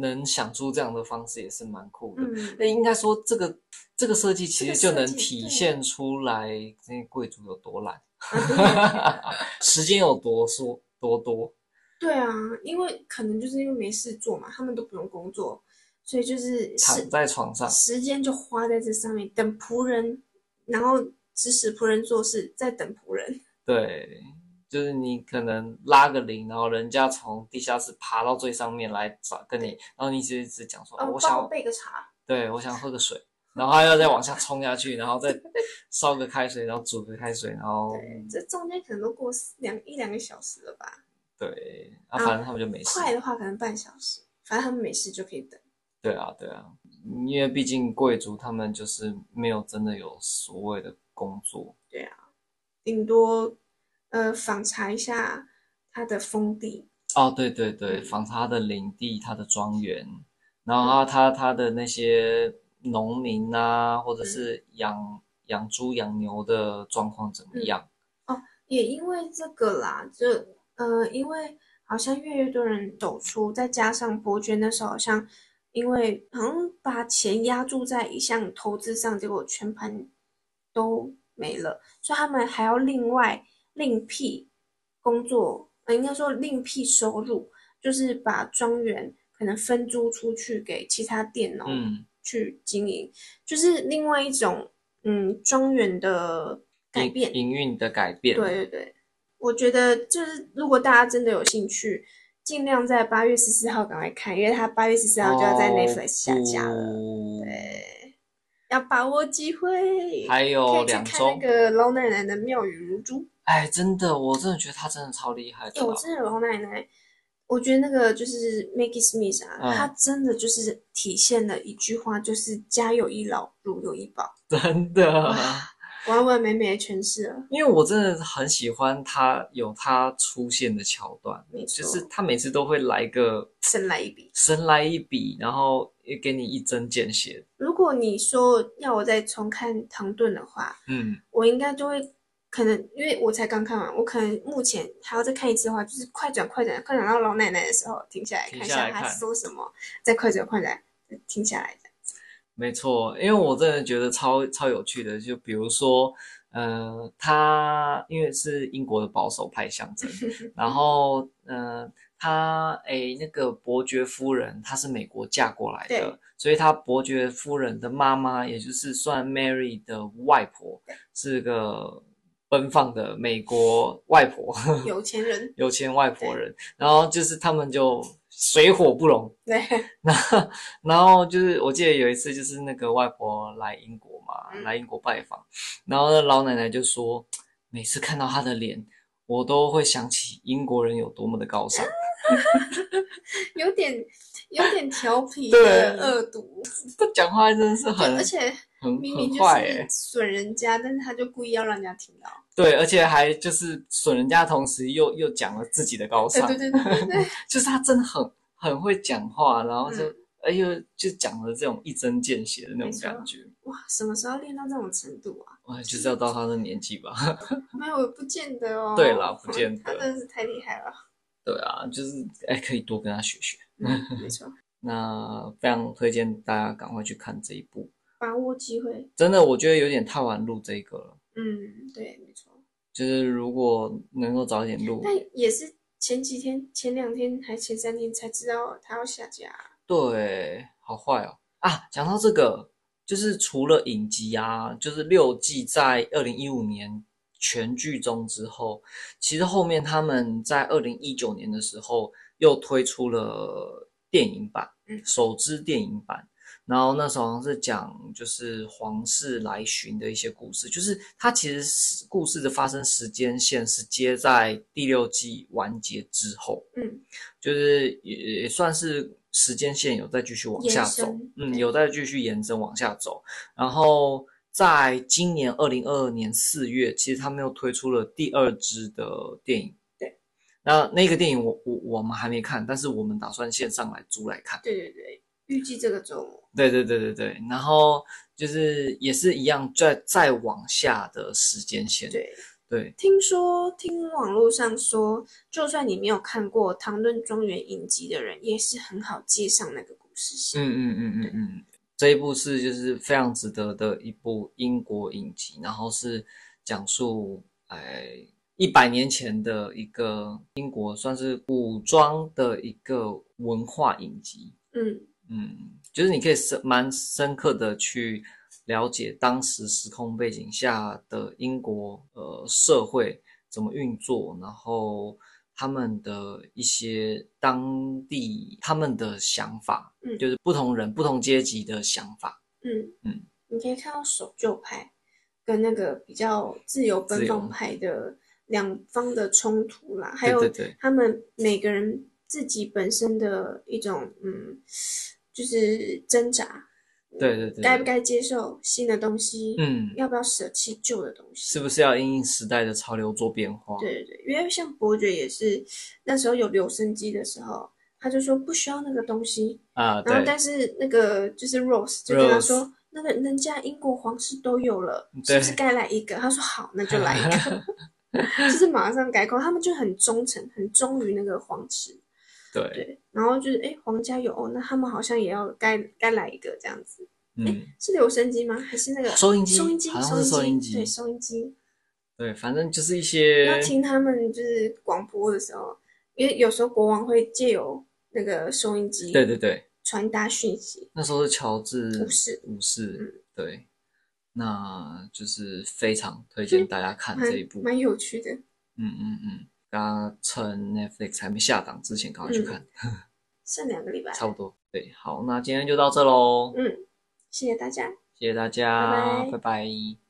Speaker 1: 能想出这样的方式也是蛮酷的。
Speaker 2: 嗯
Speaker 1: 那，应该说，这个这个设计其
Speaker 2: 这个
Speaker 1: 实就能
Speaker 2: 设计
Speaker 1: 体
Speaker 2: 对
Speaker 1: 现出来这些贵族有多懒，
Speaker 2: 啊
Speaker 1: 时间有多说多多。
Speaker 2: 对啊，因为可能就是因为没事做嘛，他们都不用工作，所以就是
Speaker 1: 躺
Speaker 2: 时
Speaker 1: 在床上，
Speaker 2: 时间就花在这上面，等仆人，然后指使仆人做事，再等仆人。
Speaker 1: 对，就是你可能拉个铃，然后人家从地下室爬到最上面来找跟你，然后你只只讲说，哦
Speaker 2: 哦，
Speaker 1: 我
Speaker 2: 帮
Speaker 1: 想
Speaker 2: 我备个茶。
Speaker 1: 对，我想喝个水，然后他要再往下冲下去，然后再烧个开水，然后煮个开水，然后
Speaker 2: 对，这中间可能都过两一两个小时了吧，
Speaker 1: 对，啊，反正他们就没事。
Speaker 2: 快的话可能半小时，反正他们没事就可以等。
Speaker 1: 对啊，对啊，因为毕竟贵族他们就是没有真的有所谓的工作，
Speaker 2: 顶多呃访查一下他的封地，
Speaker 1: 哦，对对对，
Speaker 2: 嗯
Speaker 1: 访他的领地、他的庄园，然后他啊他他的那些农民啊，或者
Speaker 2: 嗯
Speaker 1: 是养养猪、养牛的状况怎
Speaker 2: 嗯
Speaker 1: 么样？
Speaker 2: 也因为这个啦，就呃因为好像越来越多人走出，再加上伯爵那时候好像因为好像把钱压注在一项投资上，结果全盘都没了，所以他们还要另外另辟工作，呃应该说另辟收入，就是把庄园可能分租出去给其他佃农。
Speaker 1: 嗯，
Speaker 2: 去经营，就是另外一种嗯庄园的改
Speaker 1: 营
Speaker 2: 变。
Speaker 1: 营运的改变，
Speaker 2: 对对对，我觉得就是如果大家真的有兴趣，尽量在八月十四号赶快看，因为它八月十四号就要在
Speaker 1: 哦
Speaker 2: Netflix 下架了，
Speaker 1: 不
Speaker 2: 对，要把握机会。
Speaker 1: 还
Speaker 2: 可
Speaker 1: 有
Speaker 2: 以去
Speaker 1: 两
Speaker 2: 看
Speaker 1: 周
Speaker 2: 那，个老奶奶的妙语如珠。
Speaker 1: 哎，真的，我真的觉得他真的超厉害的
Speaker 2: 哎、我
Speaker 1: 啦
Speaker 2: 真的老奶奶，我觉得那个就是 Maggie Smith 啊，
Speaker 1: 嗯
Speaker 2: 她真的就是体现了一句话，就是家有一老，如有一宝。
Speaker 1: 真的，
Speaker 2: 完完美美的诠释了，
Speaker 1: 因为我真的很喜欢他有他出现的桥段，
Speaker 2: 没错，
Speaker 1: 就是他每次都会来个。
Speaker 2: 神来一笔。
Speaker 1: 神来一笔，然后也给你一针见血。
Speaker 2: 如果你说要我再重看《唐顿》的话，
Speaker 1: 嗯，
Speaker 2: 我应该就会可能，因为我才刚看完，我可能目前还要再看一次的话，就是快转、快转、快转到老奶奶的时候停下来
Speaker 1: 停
Speaker 2: 看一
Speaker 1: 下来
Speaker 2: 下她
Speaker 1: 看
Speaker 2: 说什么，再快转、快转再停下 来的。
Speaker 1: 没错，因为我真的觉得超超有趣的，就比如说，呃，他因为是英国的保守派象征，然后，呃，他诶那个伯爵夫人，她是美国嫁过来的
Speaker 2: 对，
Speaker 1: 所以她伯爵夫人的妈妈，也就是算 Mary 的外婆，是个奔放的美国外婆，
Speaker 2: 有钱人，
Speaker 1: 有钱外婆人，然后就是他们就水火不容。
Speaker 2: 对，
Speaker 1: 然后，然后就是我记得有一次，就是那个外婆来英国嘛，
Speaker 2: 嗯
Speaker 1: 来英国拜访，然后那老奶奶就说，每次看到她的脸，我都会想起英国人有多么的高尚。
Speaker 2: 有点有点调皮
Speaker 1: 对
Speaker 2: 的恶毒，
Speaker 1: 她讲话真的是
Speaker 2: 就
Speaker 1: 很
Speaker 2: 而且
Speaker 1: 很
Speaker 2: 明明
Speaker 1: 很欸
Speaker 2: 就
Speaker 1: 快诶、
Speaker 2: 是损人家，但是他就故意要让人家听到。
Speaker 1: 对，而且还就是损人家的同时又，又讲了自己的高
Speaker 2: 对
Speaker 1: 尚，
Speaker 2: 哎对对对对 对，
Speaker 1: 就是她真的很很会讲话，然后就、
Speaker 2: 嗯
Speaker 1: 哎呦就讲了这种一针见血的那
Speaker 2: 没
Speaker 1: 种
Speaker 2: 错
Speaker 1: 感觉。
Speaker 2: 哇，什么时候练到这种程度啊？
Speaker 1: 我就是要到他的年纪吧。
Speaker 2: 没有，不见得哦。
Speaker 1: 对啦不见得
Speaker 2: 他真的是太厉害 了。
Speaker 1: 对啊，就是哎，可以多跟他学学。
Speaker 2: 嗯，没错，
Speaker 1: 那非常推荐大家赶快去看这一部，
Speaker 2: 把握机会。
Speaker 1: 真的我觉得有点太晚录这一个了。
Speaker 2: 嗯，对，没错。
Speaker 1: 就是如果能够早一点录，
Speaker 2: 但也是前几天、前两天还前三天才知道他要下架。
Speaker 1: 对，好坏哦啊！讲到这个，就是除了影集啊，就是六季在二零一五年全剧终之后，其实后面他们在二零一九年的时候又推出了电影版，
Speaker 2: 嗯
Speaker 1: 首支电影版。然后那时候好像是讲就是皇室来巡的一些故事，就是它其实是故事的发生时间线是接在第六季完结之后，
Speaker 2: 嗯，
Speaker 1: 就是也也算是时间线有再继续往
Speaker 2: 延
Speaker 1: 下
Speaker 2: 伸
Speaker 1: 走，嗯，
Speaker 2: 对
Speaker 1: 有再继续延伸往下走。然后在今年二零二二年四月，其实他们又推出了第二支的电影。
Speaker 2: 对，
Speaker 1: 那那个电影我我我们还没看，但是我们打算线上来租来看。
Speaker 2: 对对对，预计这个周末。
Speaker 1: 对对对对对，然后就是也是一样，再再往下的时间线。
Speaker 2: 对，
Speaker 1: 对
Speaker 2: 听说听网络上说，就算你没有看过《唐顿庄园》影集的人，也是很好接上那个故事线。
Speaker 1: 嗯嗯嗯嗯嗯，这一部是就是非常值得的一部英国影集，然后是讲述哎一百年前的一个英国算是古装的一个文化影集，
Speaker 2: 嗯，
Speaker 1: 嗯，就是你可以深蛮深刻的去了解当时时空背景下的英国呃社会怎么运作，然后他们的一些当地他们的想法，
Speaker 2: 嗯
Speaker 1: 就是不同人不同阶级的想法，
Speaker 2: 嗯
Speaker 1: 嗯，
Speaker 2: 你可以看到守旧派跟那个比较自由奔
Speaker 1: 自由
Speaker 2: 放派的两方的冲突啦，还有
Speaker 1: 对对
Speaker 2: 他们每个人自己本身的一种嗯，就是挣扎，
Speaker 1: 对对对，
Speaker 2: 该不该接受新的东西，
Speaker 1: 嗯，
Speaker 2: 要不要舍弃旧的东西？
Speaker 1: 是不是要因应时代的潮流做变化？
Speaker 2: 对对对，因为像伯爵也是那时候有留声机的时候，他就说不需要那个东西，
Speaker 1: 啊，
Speaker 2: 然后
Speaker 1: 对
Speaker 2: 但是那个就是 Rose 就跟他
Speaker 1: Rose 嗯
Speaker 2: 说，那个人家英国皇室都有了，是
Speaker 1: 对
Speaker 2: 不是该来一个？他说好，那就来一个， 就是马上改口，他们就很忠诚，很忠于那个皇室，
Speaker 1: 对，
Speaker 2: 对，然后就是哎皇家有哦，那他们好像也要该该来一个这样子，
Speaker 1: 嗯，
Speaker 2: 是留声机吗？还是那个
Speaker 1: 收音机
Speaker 2: 收音机，
Speaker 1: 好像是收音机
Speaker 2: 对，收音机。
Speaker 1: 对，反正就是一些
Speaker 2: 要听他们就是广播的时候，因为有时候国王会借由那个收音机
Speaker 1: 对对对，
Speaker 2: 传达讯息。
Speaker 1: 那时候是乔治
Speaker 2: 武士
Speaker 1: 武
Speaker 2: 嗯
Speaker 1: 士，对，那就是非常推荐大家看这一部，嗯
Speaker 2: 蛮有趣的。
Speaker 1: 嗯嗯，大家趁 Netflix 还没下档之前赶
Speaker 2: 嗯
Speaker 1: 快去看，
Speaker 2: 剩两个礼拜，
Speaker 1: 差不多，对，好，那今天就到这喽，
Speaker 2: 嗯，谢谢大家。
Speaker 1: 谢谢大家，
Speaker 2: 嗯拜拜
Speaker 1: 拜拜